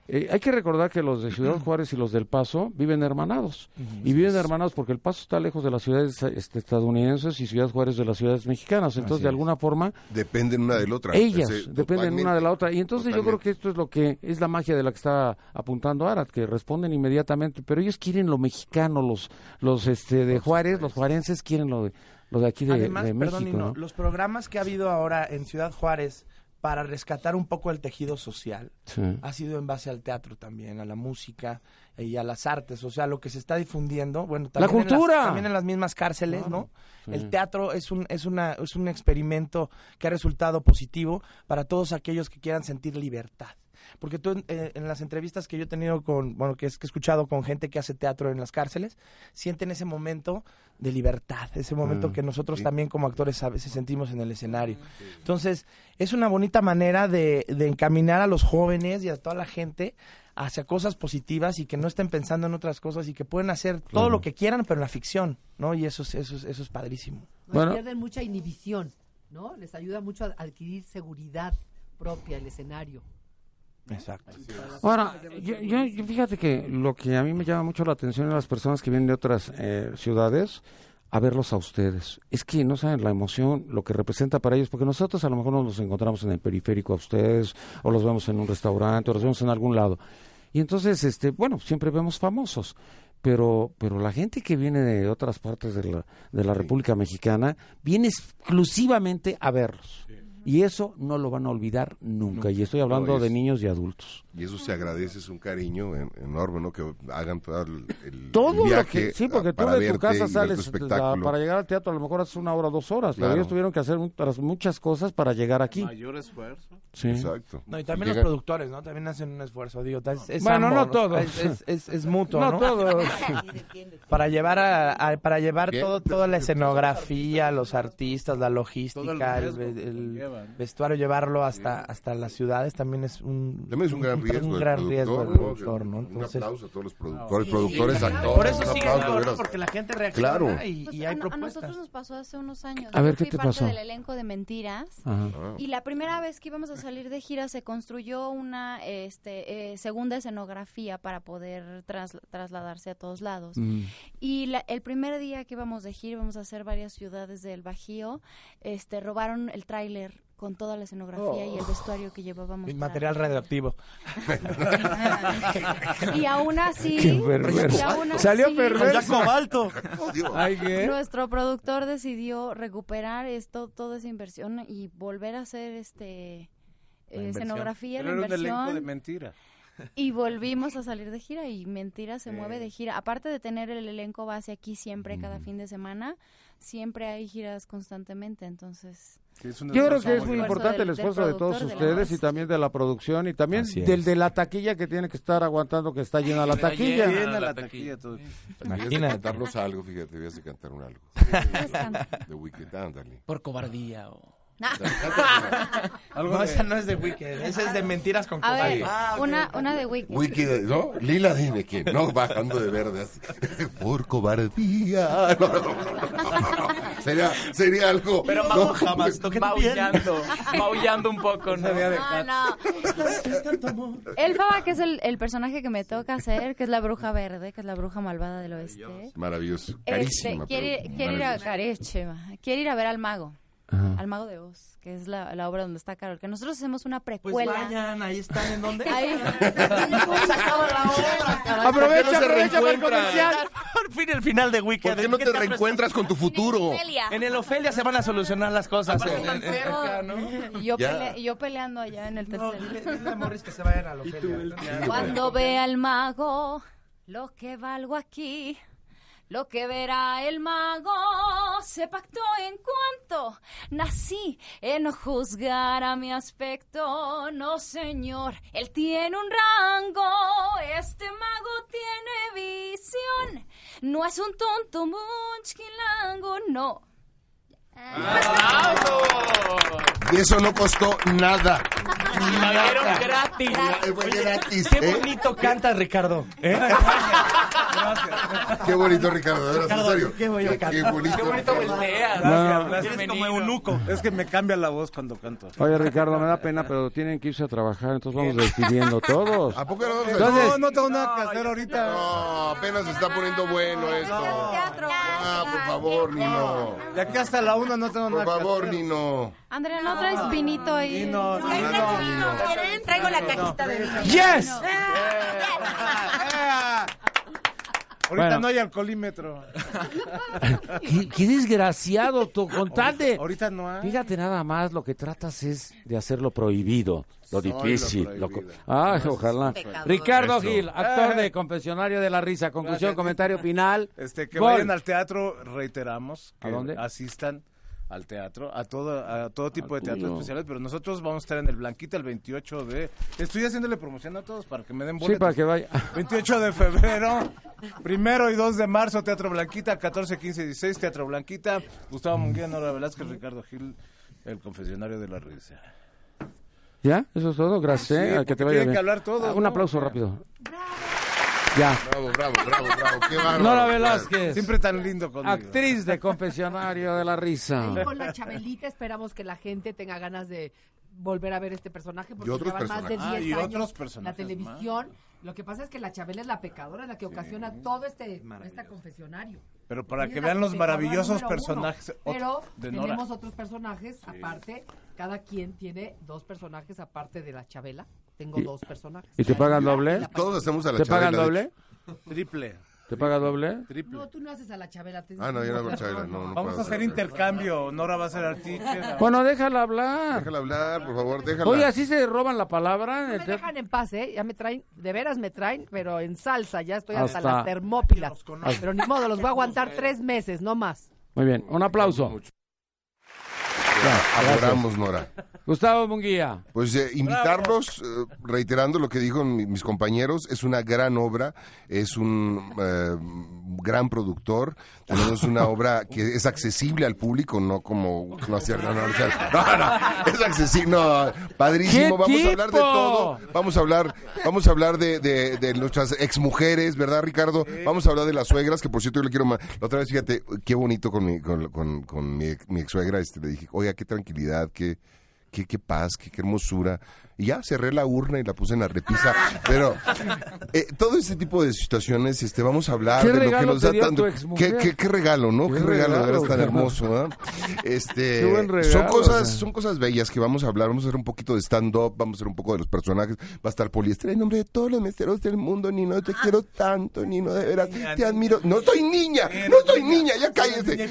Speaker 2: Eh, hay que recordar que los de Ciudad Juárez y los del Paso viven hermanados. Y viven hermanados porque el Paso está lejos de las ciudades este, estadounidenses y Ciudad Juárez de las ciudades mexicanas. Entonces,
Speaker 4: Así
Speaker 2: de
Speaker 4: es.
Speaker 2: alguna forma,
Speaker 4: Dependen una de la otra.
Speaker 2: ellas
Speaker 4: Ese-
Speaker 2: dependen una de la otra. Y entonces yo creo
Speaker 4: Totalmente.
Speaker 2: que esto es lo que es la magia de la que está apuntando Arat, que responden inmediatamente. Pero ellos quieren lo mexicano, los, los este, de Juárez, los juarenses quieren lo de, lo de aquí de,
Speaker 7: Además,
Speaker 2: de
Speaker 7: perdón,
Speaker 2: México.
Speaker 7: Nino,
Speaker 2: ¿no?
Speaker 7: los programas que ha habido ahora en Ciudad Juárez para rescatar un poco el tejido social
Speaker 2: Sí.
Speaker 7: ha sido en base al teatro también, a la música eh, y a las artes, o sea, lo que se está difundiendo, bueno, también, En,
Speaker 2: cultura!
Speaker 7: las, también en las mismas cárceles, ¿no?
Speaker 2: Sí.
Speaker 7: El teatro es un, es, una, es un experimento que ha resultado positivo para todos aquellos que quieran sentir libertad. Porque tú en, eh, en las entrevistas que yo he tenido con, bueno, que, es, que he escuchado con gente que hace teatro en las cárceles, sienten ese momento de libertad, ese momento
Speaker 2: Ah,
Speaker 7: que nosotros
Speaker 2: sí.
Speaker 7: también como actores a veces sentimos en el escenario. Entonces, es una bonita manera de, de encaminar a los jóvenes y a toda la gente hacia cosas positivas y que no estén pensando en otras cosas y que pueden hacer todo lo que quieran, pero en la ficción, ¿no? Y eso es, eso es, eso es padrísimo.
Speaker 3: No, pierden mucha inhibición, ¿no? Les ayuda mucho a adquirir seguridad propia el escenario.
Speaker 7: Exacto.
Speaker 2: Ahora, yo, yo- yo fíjate que lo que a mí me llama mucho la atención es las personas que vienen de otras eh, ciudades a verlos a ustedes. Es que no saben la emoción, lo que representa para ellos, porque nosotros a lo mejor nos los encontramos en el periférico a ustedes, o los vemos en un restaurante, o los vemos en algún lado. Y entonces, este, bueno, siempre vemos famosos, pero, pero la gente que viene de otras partes de la, de la República Mexicana viene exclusivamente a verlos. Y eso no lo van a olvidar nunca. Y estoy hablando
Speaker 4: No,
Speaker 2: de
Speaker 4: es-
Speaker 2: niños y adultos.
Speaker 4: Y eso se agradece, es un cariño en- enorme, ¿no? Que hagan todo el, el
Speaker 2: Todo lo
Speaker 4: viaje
Speaker 2: que, sí, porque
Speaker 4: a-
Speaker 2: tú
Speaker 4: para
Speaker 2: de tu
Speaker 4: verte y
Speaker 2: casa
Speaker 4: ver
Speaker 2: sales pues, la-
Speaker 4: espectáculo.
Speaker 2: para llegar al teatro, a lo mejor haces una hora, dos horas, pero
Speaker 4: Claro.
Speaker 2: ellos tuvieron que hacer otras muchas cosas para llegar aquí.
Speaker 15: Mayor esfuerzo.
Speaker 2: Sí.
Speaker 4: Exacto.
Speaker 7: No, y también
Speaker 2: Llega-
Speaker 7: los productores, ¿no? También hacen un esfuerzo, digo. es- es
Speaker 2: Bueno,
Speaker 7: ambos,
Speaker 2: no todos.
Speaker 7: Es, es- es- es mutuo,
Speaker 2: No
Speaker 7: ¿no?
Speaker 2: todos.
Speaker 7: Para llevar, a, a- para llevar
Speaker 2: Bien.
Speaker 7: todo, toda la escenografía, los artistas,
Speaker 5: Todo
Speaker 7: la
Speaker 5: el
Speaker 7: logística, el,
Speaker 5: riesgo que
Speaker 7: el
Speaker 5: conlleva, ¿no?
Speaker 7: vestuario, llevarlo hasta, hasta las ciudades también es un,
Speaker 4: También es un gran riesgo.
Speaker 7: Un
Speaker 4: el
Speaker 7: gran riesgo
Speaker 4: productor,
Speaker 7: del
Speaker 4: ¿no?
Speaker 7: productor, ¿no?
Speaker 4: Un
Speaker 7: Entonces-
Speaker 4: aplauso a todos los productores,
Speaker 7: Sí.
Speaker 4: productores,
Speaker 7: Sí.
Speaker 4: actores.
Speaker 7: Por eso
Speaker 4: un
Speaker 7: sigue
Speaker 4: aplauso,
Speaker 7: el
Speaker 4: de
Speaker 7: coro,
Speaker 4: veras.
Speaker 7: porque la gente reacciona
Speaker 4: Claro.
Speaker 7: y-
Speaker 16: Pues
Speaker 7: y
Speaker 16: a,
Speaker 7: hay
Speaker 16: no- a
Speaker 7: propuestas.
Speaker 16: nosotros nos
Speaker 9: pasó hace unos años.
Speaker 2: A ver,
Speaker 9: Yo
Speaker 2: ¿qué
Speaker 9: fui
Speaker 2: te
Speaker 9: parte
Speaker 2: pasó? Oh.
Speaker 9: del elenco de Mentiras.
Speaker 2: Ajá.
Speaker 9: Y la primera vez que íbamos a salir de gira se construyó una este, eh, segunda escenografía para poder tras- trasladarse a todos lados.
Speaker 6: Mm.
Speaker 9: Y la- el primer día que íbamos de gira, íbamos a hacer varias ciudades del Bajío, este, robaron el tráiler con toda la escenografía y el
Speaker 7: Oh.
Speaker 9: vestuario que llevábamos.
Speaker 7: Y
Speaker 9: para-
Speaker 7: material radioactivo.
Speaker 9: Y aún así,
Speaker 7: Qué perverso.
Speaker 9: y aún así-
Speaker 7: Salió perverso. Ya cobalto. Ay, ¿qué?
Speaker 9: Nuestro productor decidió recuperar esto, toda esa inversión y volver a hacer este
Speaker 5: La
Speaker 9: eh,
Speaker 5: inversión.
Speaker 9: escenografía, la
Speaker 5: Pero era un elenco de
Speaker 9: inversión.
Speaker 5: mentira.
Speaker 9: Y volvimos a salir de gira y Mentira se
Speaker 5: Eh.
Speaker 9: mueve de gira. Aparte de tener el elenco base aquí siempre, cada fin de semana, siempre hay giras constantemente, entonces...
Speaker 2: Yo creo que es muy
Speaker 9: Esfuerzo
Speaker 2: importante
Speaker 9: del-
Speaker 2: el
Speaker 9: del
Speaker 2: esfuerzo de todos
Speaker 9: productor, de la
Speaker 2: ustedes y también de la producción y también
Speaker 15: Así
Speaker 2: del de la taquilla que tiene que estar aguantando que está llena la
Speaker 4: Está
Speaker 2: taquilla.
Speaker 4: llena la
Speaker 5: La taquilla, todo.
Speaker 4: Debías de
Speaker 5: Imagínate.
Speaker 4: cantarnos algo, fíjate, debías de cantar un algo. De Wicked, ándale.
Speaker 10: Por cobardía oh. o...
Speaker 7: No, esa no es de Wicked, esa es de mentiras con
Speaker 9: A ver,
Speaker 4: Sí.
Speaker 9: una, una de Wiki.
Speaker 4: Wicked, Ah, ¿no? Lila dime que no, bajando de verde así. Por cobardía. No, no, no, no, no. Sería, sería algo.
Speaker 10: Pero
Speaker 4: no,
Speaker 2: pues,
Speaker 10: jamás Maullando, maullando un poco, ¿no?
Speaker 9: No, no. El Faba, que es el, el personaje que me toca hacer, que es la bruja verde, que es la bruja malvada del oeste.
Speaker 4: Maravilloso.
Speaker 9: Este,
Speaker 4: Carísima.
Speaker 9: quiere,
Speaker 4: pero
Speaker 9: quiere ir a
Speaker 4: maravilloso.
Speaker 9: Carechema, quiere ir a ver al mago, al mago de Oz, que es la, la obra donde está Carol, que nosotros hacemos una
Speaker 7: Pues
Speaker 9: precuela.
Speaker 7: vayan, ahí están, ¿en dónde?
Speaker 9: Ahí.
Speaker 7: Aprovecha, aprovecha para el comercial.
Speaker 10: Por fin el final de Wicked.
Speaker 7: ¿Por qué no te reencuentras
Speaker 4: con tu futuro? Eh,
Speaker 9: Ofelia.
Speaker 7: En el Ofelia se van a solucionar las cosas. ¿eh? En- en-
Speaker 9: Y yo,
Speaker 7: Ya.
Speaker 9: pele- y yo peleando allá en el tercer.
Speaker 7: que se vayan a Ofelia.
Speaker 9: Cuando vea al mago lo que valgo aquí, lo que verá el mago se pactó en cuanto nací en no juzgar a mi aspecto. No, señor, él tiene un rango, este mago tiene visión. No es un tonto munchkilango, no.
Speaker 4: Y eso no costó nada.
Speaker 10: Pagaron gratis.
Speaker 4: Fue gratis. ¿eh?
Speaker 7: Qué bonito canta Ricardo. ¿eh?
Speaker 4: Qué bonito, Ricardo. de veras, en
Speaker 5: Ricardo,
Speaker 4: serio.
Speaker 5: qué bonito canto.
Speaker 4: bonito.
Speaker 5: Qué bonito
Speaker 4: Ricardo.
Speaker 5: volteas.
Speaker 2: No.
Speaker 5: Eres como eunuco. Es que me cambia la voz cuando canto.
Speaker 2: Oye, Ricardo, me da pena, pero tienen que irse a trabajar, entonces vamos despidiendo todos.
Speaker 4: ¿A poco no vamos a-
Speaker 2: Entonces-
Speaker 4: no tengo nada que hacer ahorita. No, apenas se está poniendo bueno esto. Ah, por favor, Nino.
Speaker 5: De aquí hasta la una no tengo
Speaker 4: Por
Speaker 5: nada que
Speaker 4: favor,
Speaker 5: hacer.
Speaker 4: Nino.
Speaker 17: Andrea, ¿no traes vinito ahí?
Speaker 5: Vino,
Speaker 17: Trae
Speaker 5: vino,
Speaker 17: la-
Speaker 4: Nino.
Speaker 17: Traigo la cajita de vino.
Speaker 5: ¡Yes! Ahorita
Speaker 2: Bueno.
Speaker 5: no hay alcoholímetro.
Speaker 2: Qué, qué desgraciado, tú, con tal de-
Speaker 5: Ahorita no hay.
Speaker 2: Fíjate nada más, lo que tratas es de hacer lo prohibido, lo
Speaker 5: Soy lo
Speaker 2: difícil. lo co- Ay, ojalá.
Speaker 5: pecador.
Speaker 2: Ricardo
Speaker 5: Eso.
Speaker 2: Gil, actor
Speaker 5: Eh.
Speaker 2: de Confesionario de la Risa. Conclusión,
Speaker 5: Gracias.
Speaker 2: comentario final.
Speaker 5: Este, que
Speaker 2: Gol.
Speaker 5: vayan al teatro, reiteramos, que
Speaker 2: ¿A dónde?
Speaker 5: asistan al teatro, a todo, a todo tipo de teatros
Speaker 2: tuyo.
Speaker 5: especiales, pero nosotros vamos a estar en el Blanquita el 28 de... Estoy haciéndole promoción a todos para que me den boletos.
Speaker 2: Sí, para que vaya.
Speaker 5: 28 de febrero, primero y 2 de marzo, Teatro Blanquita, 14, 15 y 16, Teatro Blanquita, Gustavo Munguía, Nora Velázquez, Ricardo Gil, el confesionario de la risa.
Speaker 2: ¿Ya? Eso es todo. Gracias.
Speaker 5: Ah, Sí,
Speaker 2: eh, a
Speaker 5: porque
Speaker 2: que te vaya
Speaker 5: tienen
Speaker 2: bien.
Speaker 5: que hablar todos,
Speaker 2: Ah, un
Speaker 5: ¿no?
Speaker 2: aplauso rápido. Ya.
Speaker 4: Bravo, bravo, bravo, bravo. Qué bárbaro.
Speaker 2: Nora Velázquez.
Speaker 5: Siempre tan lindo conmigo.
Speaker 2: Actriz de Confesionario de la Risa.
Speaker 3: Con la Chabelita esperamos que la gente tenga ganas de volver a ver este personaje porque
Speaker 2: Y otros
Speaker 3: llevan más
Speaker 2: personajes.
Speaker 3: de
Speaker 2: Ah,
Speaker 3: 10
Speaker 2: y
Speaker 3: años
Speaker 2: otros
Speaker 3: la
Speaker 2: personajes
Speaker 3: televisión. Lo que pasa es que la Chabela es la pecadora, la que ocasiona todo este, este confesionario.
Speaker 5: Pero para
Speaker 3: Ella
Speaker 5: que
Speaker 3: es
Speaker 5: vean
Speaker 3: la
Speaker 5: los
Speaker 3: pecadora
Speaker 5: maravillosos
Speaker 3: número uno.
Speaker 5: personajes ot-
Speaker 3: Pero
Speaker 5: de Nora.
Speaker 3: tenemos otros personajes aparte. Cada quien tiene dos personajes aparte de la Chabela. Tengo
Speaker 2: Y-
Speaker 3: dos personajes.
Speaker 2: ¿Y te pagan doble?
Speaker 4: Todos hacemos a la
Speaker 2: ¿Te pagan
Speaker 4: Chabela, de
Speaker 2: doble?
Speaker 4: hecho.
Speaker 5: Triple.
Speaker 2: ¿Te paga doble?
Speaker 5: Triple.
Speaker 3: No, tú no haces a la Chabela. te-
Speaker 4: Ah, no, yo no hago a Chabela, no, no
Speaker 5: Vamos
Speaker 4: puedo
Speaker 5: a hacer intercambio. Nora va a ser artista.
Speaker 2: Bueno, déjala hablar.
Speaker 4: Déjala hablar, por favor, déjala.
Speaker 2: Oye, así se roban la palabra. en
Speaker 3: No
Speaker 2: el
Speaker 3: me
Speaker 2: te-
Speaker 3: dejan en paz, ¿eh? Ya me traen, de veras me traen, pero en salsa, ya estoy hasta,
Speaker 2: Hasta-
Speaker 3: las termópilas.
Speaker 2: conozco.
Speaker 3: Pero ni modo, los voy a aguantar tres meses, no más.
Speaker 2: Muy bien, un aplauso.
Speaker 4: Ya, Adoramos, Nora.
Speaker 2: Gustavo Munguía.
Speaker 4: Pues eh, invitarlos, eh, reiterando lo que dijo mi- mis compañeros, es una gran obra, es un eh, gran productor, tenemos una obra que es accesible al público, no como... No, es cierto, no, no, es cierto. No, no, es accesible, no,
Speaker 1: ¡Qué
Speaker 4: padrísimo, vamos a hablar de
Speaker 1: tipo!
Speaker 4: todo, vamos a hablar, vamos a hablar de, de- de nuestras exmujeres, ¿verdad Ricardo? Vamos a hablar de las suegras, que por cierto yo le quiero más, la otra vez fíjate, qué bonito con mi, con, con- con mi, ex- mi exsuegra, este, le dije, oiga, qué tranquilidad, qué qué, qué paz, qué, qué hermosura. Y ya cerré la urna y la puse en la repisa. Pero eh, todo este tipo de situaciones, este, vamos a hablar
Speaker 2: ¿Qué
Speaker 4: de lo que
Speaker 2: regalo
Speaker 4: nos
Speaker 2: te
Speaker 4: da
Speaker 2: dio
Speaker 4: tanto.
Speaker 2: tu exmujer?
Speaker 4: ¿Qué, qué, qué regalo, ¿no?
Speaker 2: Qué
Speaker 4: Qué, regalo, de
Speaker 2: regalo,
Speaker 4: veras tan
Speaker 2: ¿verdad?
Speaker 4: hermoso, ¿verdad? Este,
Speaker 2: Qué buen regalo,
Speaker 4: son cosas,
Speaker 2: o sea.
Speaker 4: son cosas bellas que vamos a hablar. Vamos a hacer un poquito de stand-up, vamos a hacer un poco de los personajes. Va a estar poliestre en nombre de todos los meseros del mundo, Nino.
Speaker 5: Ah.
Speaker 4: Te quiero tanto, Nino, de veras. Te admiro. No soy niña, no soy niña, ya cállate.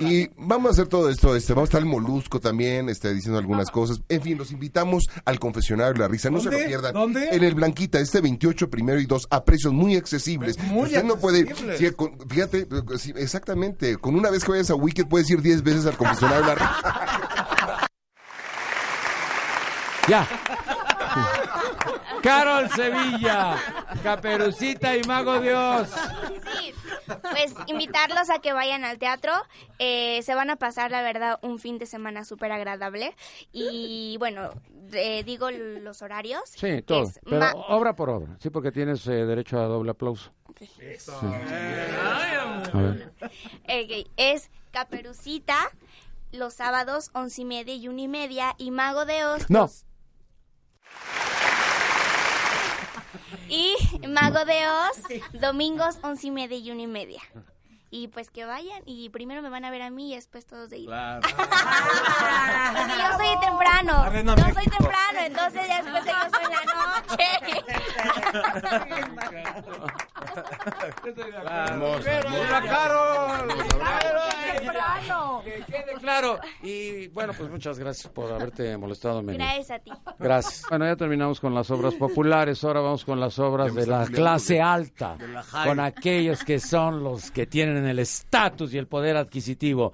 Speaker 4: Y vamos a hacer todo esto, este, vamos a estar el molusco también, este, diciendo algunas cosas. En fin, los invitamos al confesionario de la risa, no se lo
Speaker 5: Ah. ¿Dónde?
Speaker 4: pierdan.
Speaker 5: ¿Dónde?
Speaker 4: En el Blanquita, este 28, primero y 2, a precios muy accesibles.
Speaker 5: Pues Muy
Speaker 4: Usted no puede ir,
Speaker 5: accesibles.
Speaker 4: sí, con- fíjate, eh, sí, exactamente, con una vez que vayas a Wicked puedes ir 10 veces al confesionario de la risa.
Speaker 2: Ya. Carol Sevilla. Caperucita y Mago Dios.
Speaker 8: Pues invitarlos a que vayan al teatro. eh, se van a pasar, la verdad, un fin de semana súper agradable. Y bueno, eh, digo los horarios.
Speaker 2: Sí, todo.
Speaker 8: Oh, Es
Speaker 2: Pero
Speaker 8: ma-
Speaker 2: obra por obra. Sí, porque tienes eh, derecho a doble aplauso. Sí. A ver.
Speaker 8: Ok, Es Caperucita los sábados once y media y una y media y Mago de Oz
Speaker 2: No.
Speaker 8: y Mago de Oz domingos once y media y una y media y pues que vayan y primero me van a ver a mí y después todos de ahí
Speaker 2: Ah.
Speaker 8: porque yo soy temprano
Speaker 5: Arena
Speaker 8: yo soy
Speaker 5: México.
Speaker 8: temprano entonces ya después ellos son la noche
Speaker 2: Que quede claro. Y bueno, pues muchas gracias por haberte molestado. Meni.
Speaker 8: gracias a ti
Speaker 2: Gracias. Bueno, ya terminamos con las obras populares, ahora vamos con las obras de la clase alta,
Speaker 14: de la high.
Speaker 2: con aquellos que son los que tienen el estatus y el poder adquisitivo.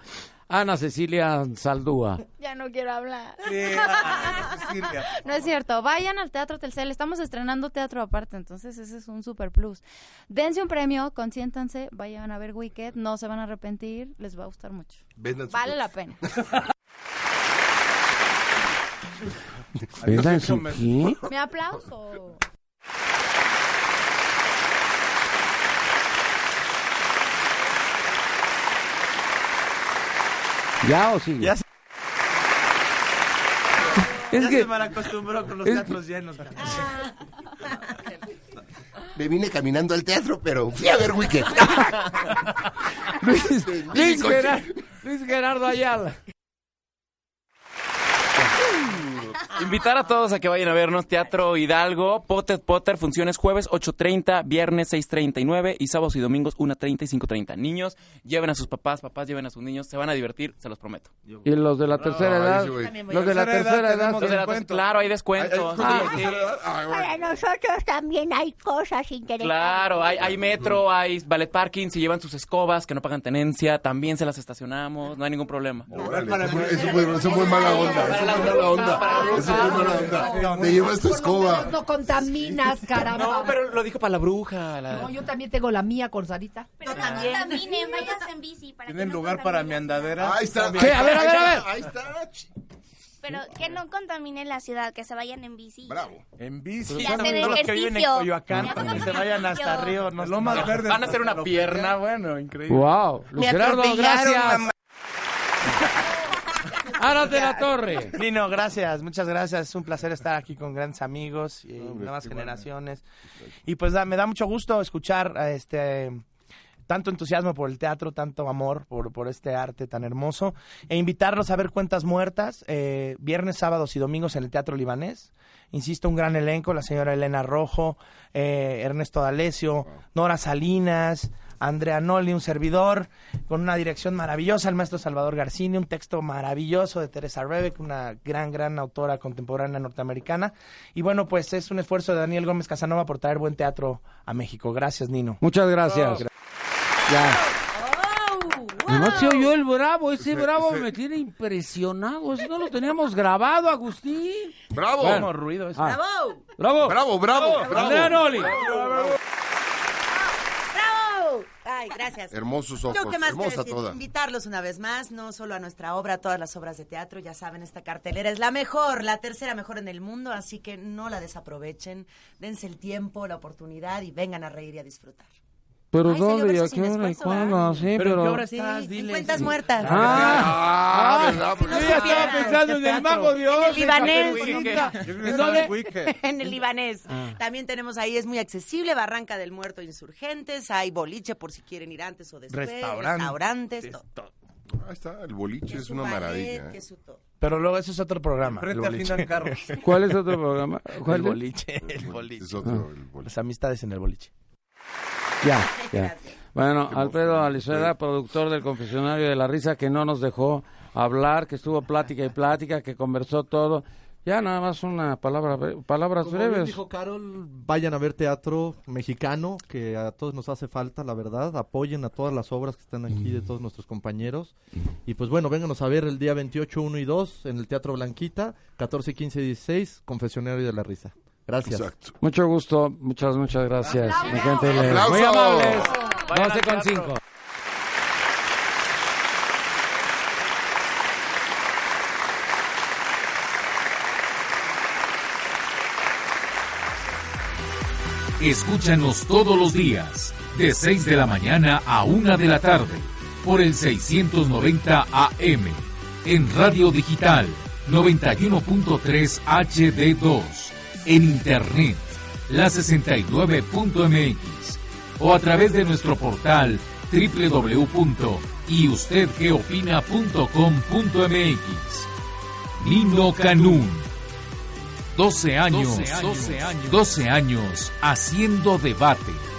Speaker 2: Ana Cecilia Saldúa.
Speaker 17: Ya no quiero hablar.
Speaker 5: Cecilia.
Speaker 17: No es cierto, vayan al Teatro Telcel, estamos estrenando teatro aparte, entonces ese es un super plus. Dense un premio, consiéntanse, vayan a ver Wicked, no se van a arrepentir, les va a gustar mucho.
Speaker 4: Vendan sus
Speaker 17: Vale la pena.
Speaker 2: ¿Vendan su qué?
Speaker 17: ¿Me aplauso?
Speaker 2: ¿Ya o sigue?
Speaker 7: Ya se-
Speaker 2: Es
Speaker 7: ya
Speaker 2: que-
Speaker 7: se malacostumbró con los
Speaker 2: es
Speaker 7: teatros llenos.
Speaker 4: Me vine caminando al teatro, pero fui a ver Wicked.
Speaker 14: Luis, Luis,
Speaker 4: con-
Speaker 14: Gerardo, Luis Gerardo Ayala.
Speaker 10: Invitar a todos a que vayan a vernos Teatro Hidalgo, Potter Potter, funciones jueves 8.30, viernes 6.39 y sábados y domingos 1.30 y 5.30. Niños, lleven a sus papás, papás lleven a sus niños, se van a divertir, se los prometo.
Speaker 2: Y los de la tercera
Speaker 10: Ay,
Speaker 2: edad.
Speaker 10: Ah, sí, güey. También voy.
Speaker 2: Los de la
Speaker 10: Tercera edad
Speaker 2: tercera edad.
Speaker 10: tenemos Los de la- descuento. claro, hay descuentos. Hay- hay descuento de la tercera Ah,
Speaker 18: Para nosotros también hay cosas interesantes.
Speaker 10: Claro, hay, hay metro, hay ballet parking, si llevan sus escobas que no pagan tenencia, también se las estacionamos, no hay ningún problema.
Speaker 4: Eso fue, eso fue mala onda, eso fue mala onda, eso fue mala onda. Te llevas tu escoba.
Speaker 3: No contaminas, caramba.
Speaker 10: No, pero lo dijo para la bruja. la-
Speaker 3: No, yo también tengo la mía con Sarita.
Speaker 8: Pero no contaminen, váyanse en bici. Para
Speaker 5: ¿Tienen lugar para mi andadera?
Speaker 4: Ahí está.
Speaker 5: También.
Speaker 4: Sí, a ver, a ver, a ver.
Speaker 8: Ahí
Speaker 4: está.
Speaker 8: Pero que no contaminen la ciudad, que se vayan en bici.
Speaker 4: Bravo.
Speaker 5: En bici.
Speaker 8: Y hacen Todos los que viven en ejercicio. Coyoacán,
Speaker 7: que se vayan hasta arriba. No,
Speaker 5: Lomas Verdes.
Speaker 10: Van a hacer una pierna,
Speaker 5: bueno, increíble.
Speaker 2: Wow,
Speaker 7: Me
Speaker 2: Luis Gerardo,
Speaker 7: atropellaron,
Speaker 2: gracias.
Speaker 7: mamá.
Speaker 2: Aras de la Torre.
Speaker 7: Nino, gracias, muchas gracias. Es un placer estar aquí con grandes amigos y
Speaker 12: Hombre,
Speaker 7: nuevas
Speaker 12: qué
Speaker 7: generaciones. Y pues da- me da mucho gusto escuchar eh, este tanto entusiasmo por el teatro, tanto amor por, por este arte tan hermoso. E invitarlos a ver Cuentas Muertas, eh, viernes, sábados y domingos en el Teatro Libanés. Insisto, un gran elenco, la señora Elena Rojo, eh, Ernesto D'Alessio, Nora Salinas, Andrea Noli, un servidor, con una dirección maravillosa, el maestro Salvador Garcini, un texto maravilloso de Teresa Rebeck, una gran, gran autora contemporánea norteamericana. Y bueno, pues es un esfuerzo de Daniel Gómez Casanova por traer buen teatro a México. Gracias, Nino.
Speaker 2: Muchas gracias. Ya. No se oyó el bravo, ese
Speaker 7: Ese-
Speaker 2: bravo
Speaker 7: ese-
Speaker 2: me tiene impresionado. Eso no lo teníamos grabado, Agustín.
Speaker 4: Bravo.
Speaker 7: Como ruido ese.
Speaker 2: Bravo. Bravo.
Speaker 4: Bravo, bravo, bravo.
Speaker 2: Andrea Noli.
Speaker 6: ¡Bravo! Ay, gracias.
Speaker 4: Hermosos
Speaker 6: No,
Speaker 4: ojos,
Speaker 6: ¿qué más que
Speaker 4: hermosa
Speaker 6: decir?
Speaker 4: toda.
Speaker 6: Invitarlos una vez más, no solo a nuestra obra, a todas las obras de teatro, ya saben, esta cartelera es la mejor, la tercera mejor en el mundo, así que no la desaprovechen, dense el tiempo, la oportunidad y vengan a reír y a disfrutar.
Speaker 2: Pero
Speaker 6: Ay,
Speaker 2: dónde,
Speaker 6: señor,
Speaker 2: y
Speaker 6: eso
Speaker 2: a
Speaker 6: sin
Speaker 2: qué hora y
Speaker 6: esfuerzo,
Speaker 2: cuándo, sí, pero.
Speaker 6: Sí, en cuentas muertas.
Speaker 2: Ah,
Speaker 6: Sí,
Speaker 2: ah,
Speaker 6: si no
Speaker 2: yo ya
Speaker 6: supieran.
Speaker 2: estaba pensando en el mago de Oz.
Speaker 6: En el libanés.
Speaker 2: Caperucita. ¿En
Speaker 6: dónde?
Speaker 2: dónde?
Speaker 6: en el libanés.
Speaker 2: Ah.
Speaker 6: También tenemos ahí, es muy accesible, Barranca del Muerto Insurgentes, hay boliche por si quieren ir antes o después,
Speaker 7: Restaurantes.
Speaker 6: restaurantes, todo.
Speaker 4: Ahí está, el boliche es
Speaker 6: su
Speaker 4: una
Speaker 6: ballet,
Speaker 4: maravilla.
Speaker 6: que
Speaker 4: ¿eh?
Speaker 6: su todo.
Speaker 7: Pero luego eso es otro programa. el
Speaker 4: Enfrente
Speaker 7: boliche.
Speaker 4: afinan carros.
Speaker 2: ¿Cuál es otro programa? ¿Cuál
Speaker 7: el
Speaker 2: es?
Speaker 7: boliche, el boliche.
Speaker 4: Es otro, el
Speaker 7: Las amistades en el boliche.
Speaker 2: Ya, ya. Bueno, Alfredo Alicera, productor del Confesionario de la Risa, que no nos dejó hablar, que estuvo plática y plática, que conversó todo. Ya nada más una palabra, bre- palabras
Speaker 12: Como bien
Speaker 2: breves.
Speaker 12: dijo Carol, vayan a ver teatro mexicano, que a todos nos hace falta, la verdad. Apoyen a todas las obras que están aquí de todos nuestros compañeros. Y pues bueno, vénganos a ver el día 28, 1 y 2 en el Teatro Blanquita, 14, 15 y 16, Confesionario de la Risa. Gracias.
Speaker 2: Mucho gusto, muchas, muchas gracias. Mi gente,
Speaker 12: ¡Aplauso!
Speaker 2: muy amables.
Speaker 12: Vayan
Speaker 2: 12
Speaker 12: al
Speaker 2: con
Speaker 12: teatro.
Speaker 2: 5.
Speaker 1: Escúchanos todos los días, de 6 de la mañana a 1 de la tarde, por el 690 AM, en Radio Digital 91.3 HD2, en Internet, la 69.mx, o a través de nuestro portal www.yustedgeopina.com.mx. Nino Canún. 12 años, 12
Speaker 19: 12
Speaker 1: años,
Speaker 19: años.
Speaker 1: 12 años haciendo debate.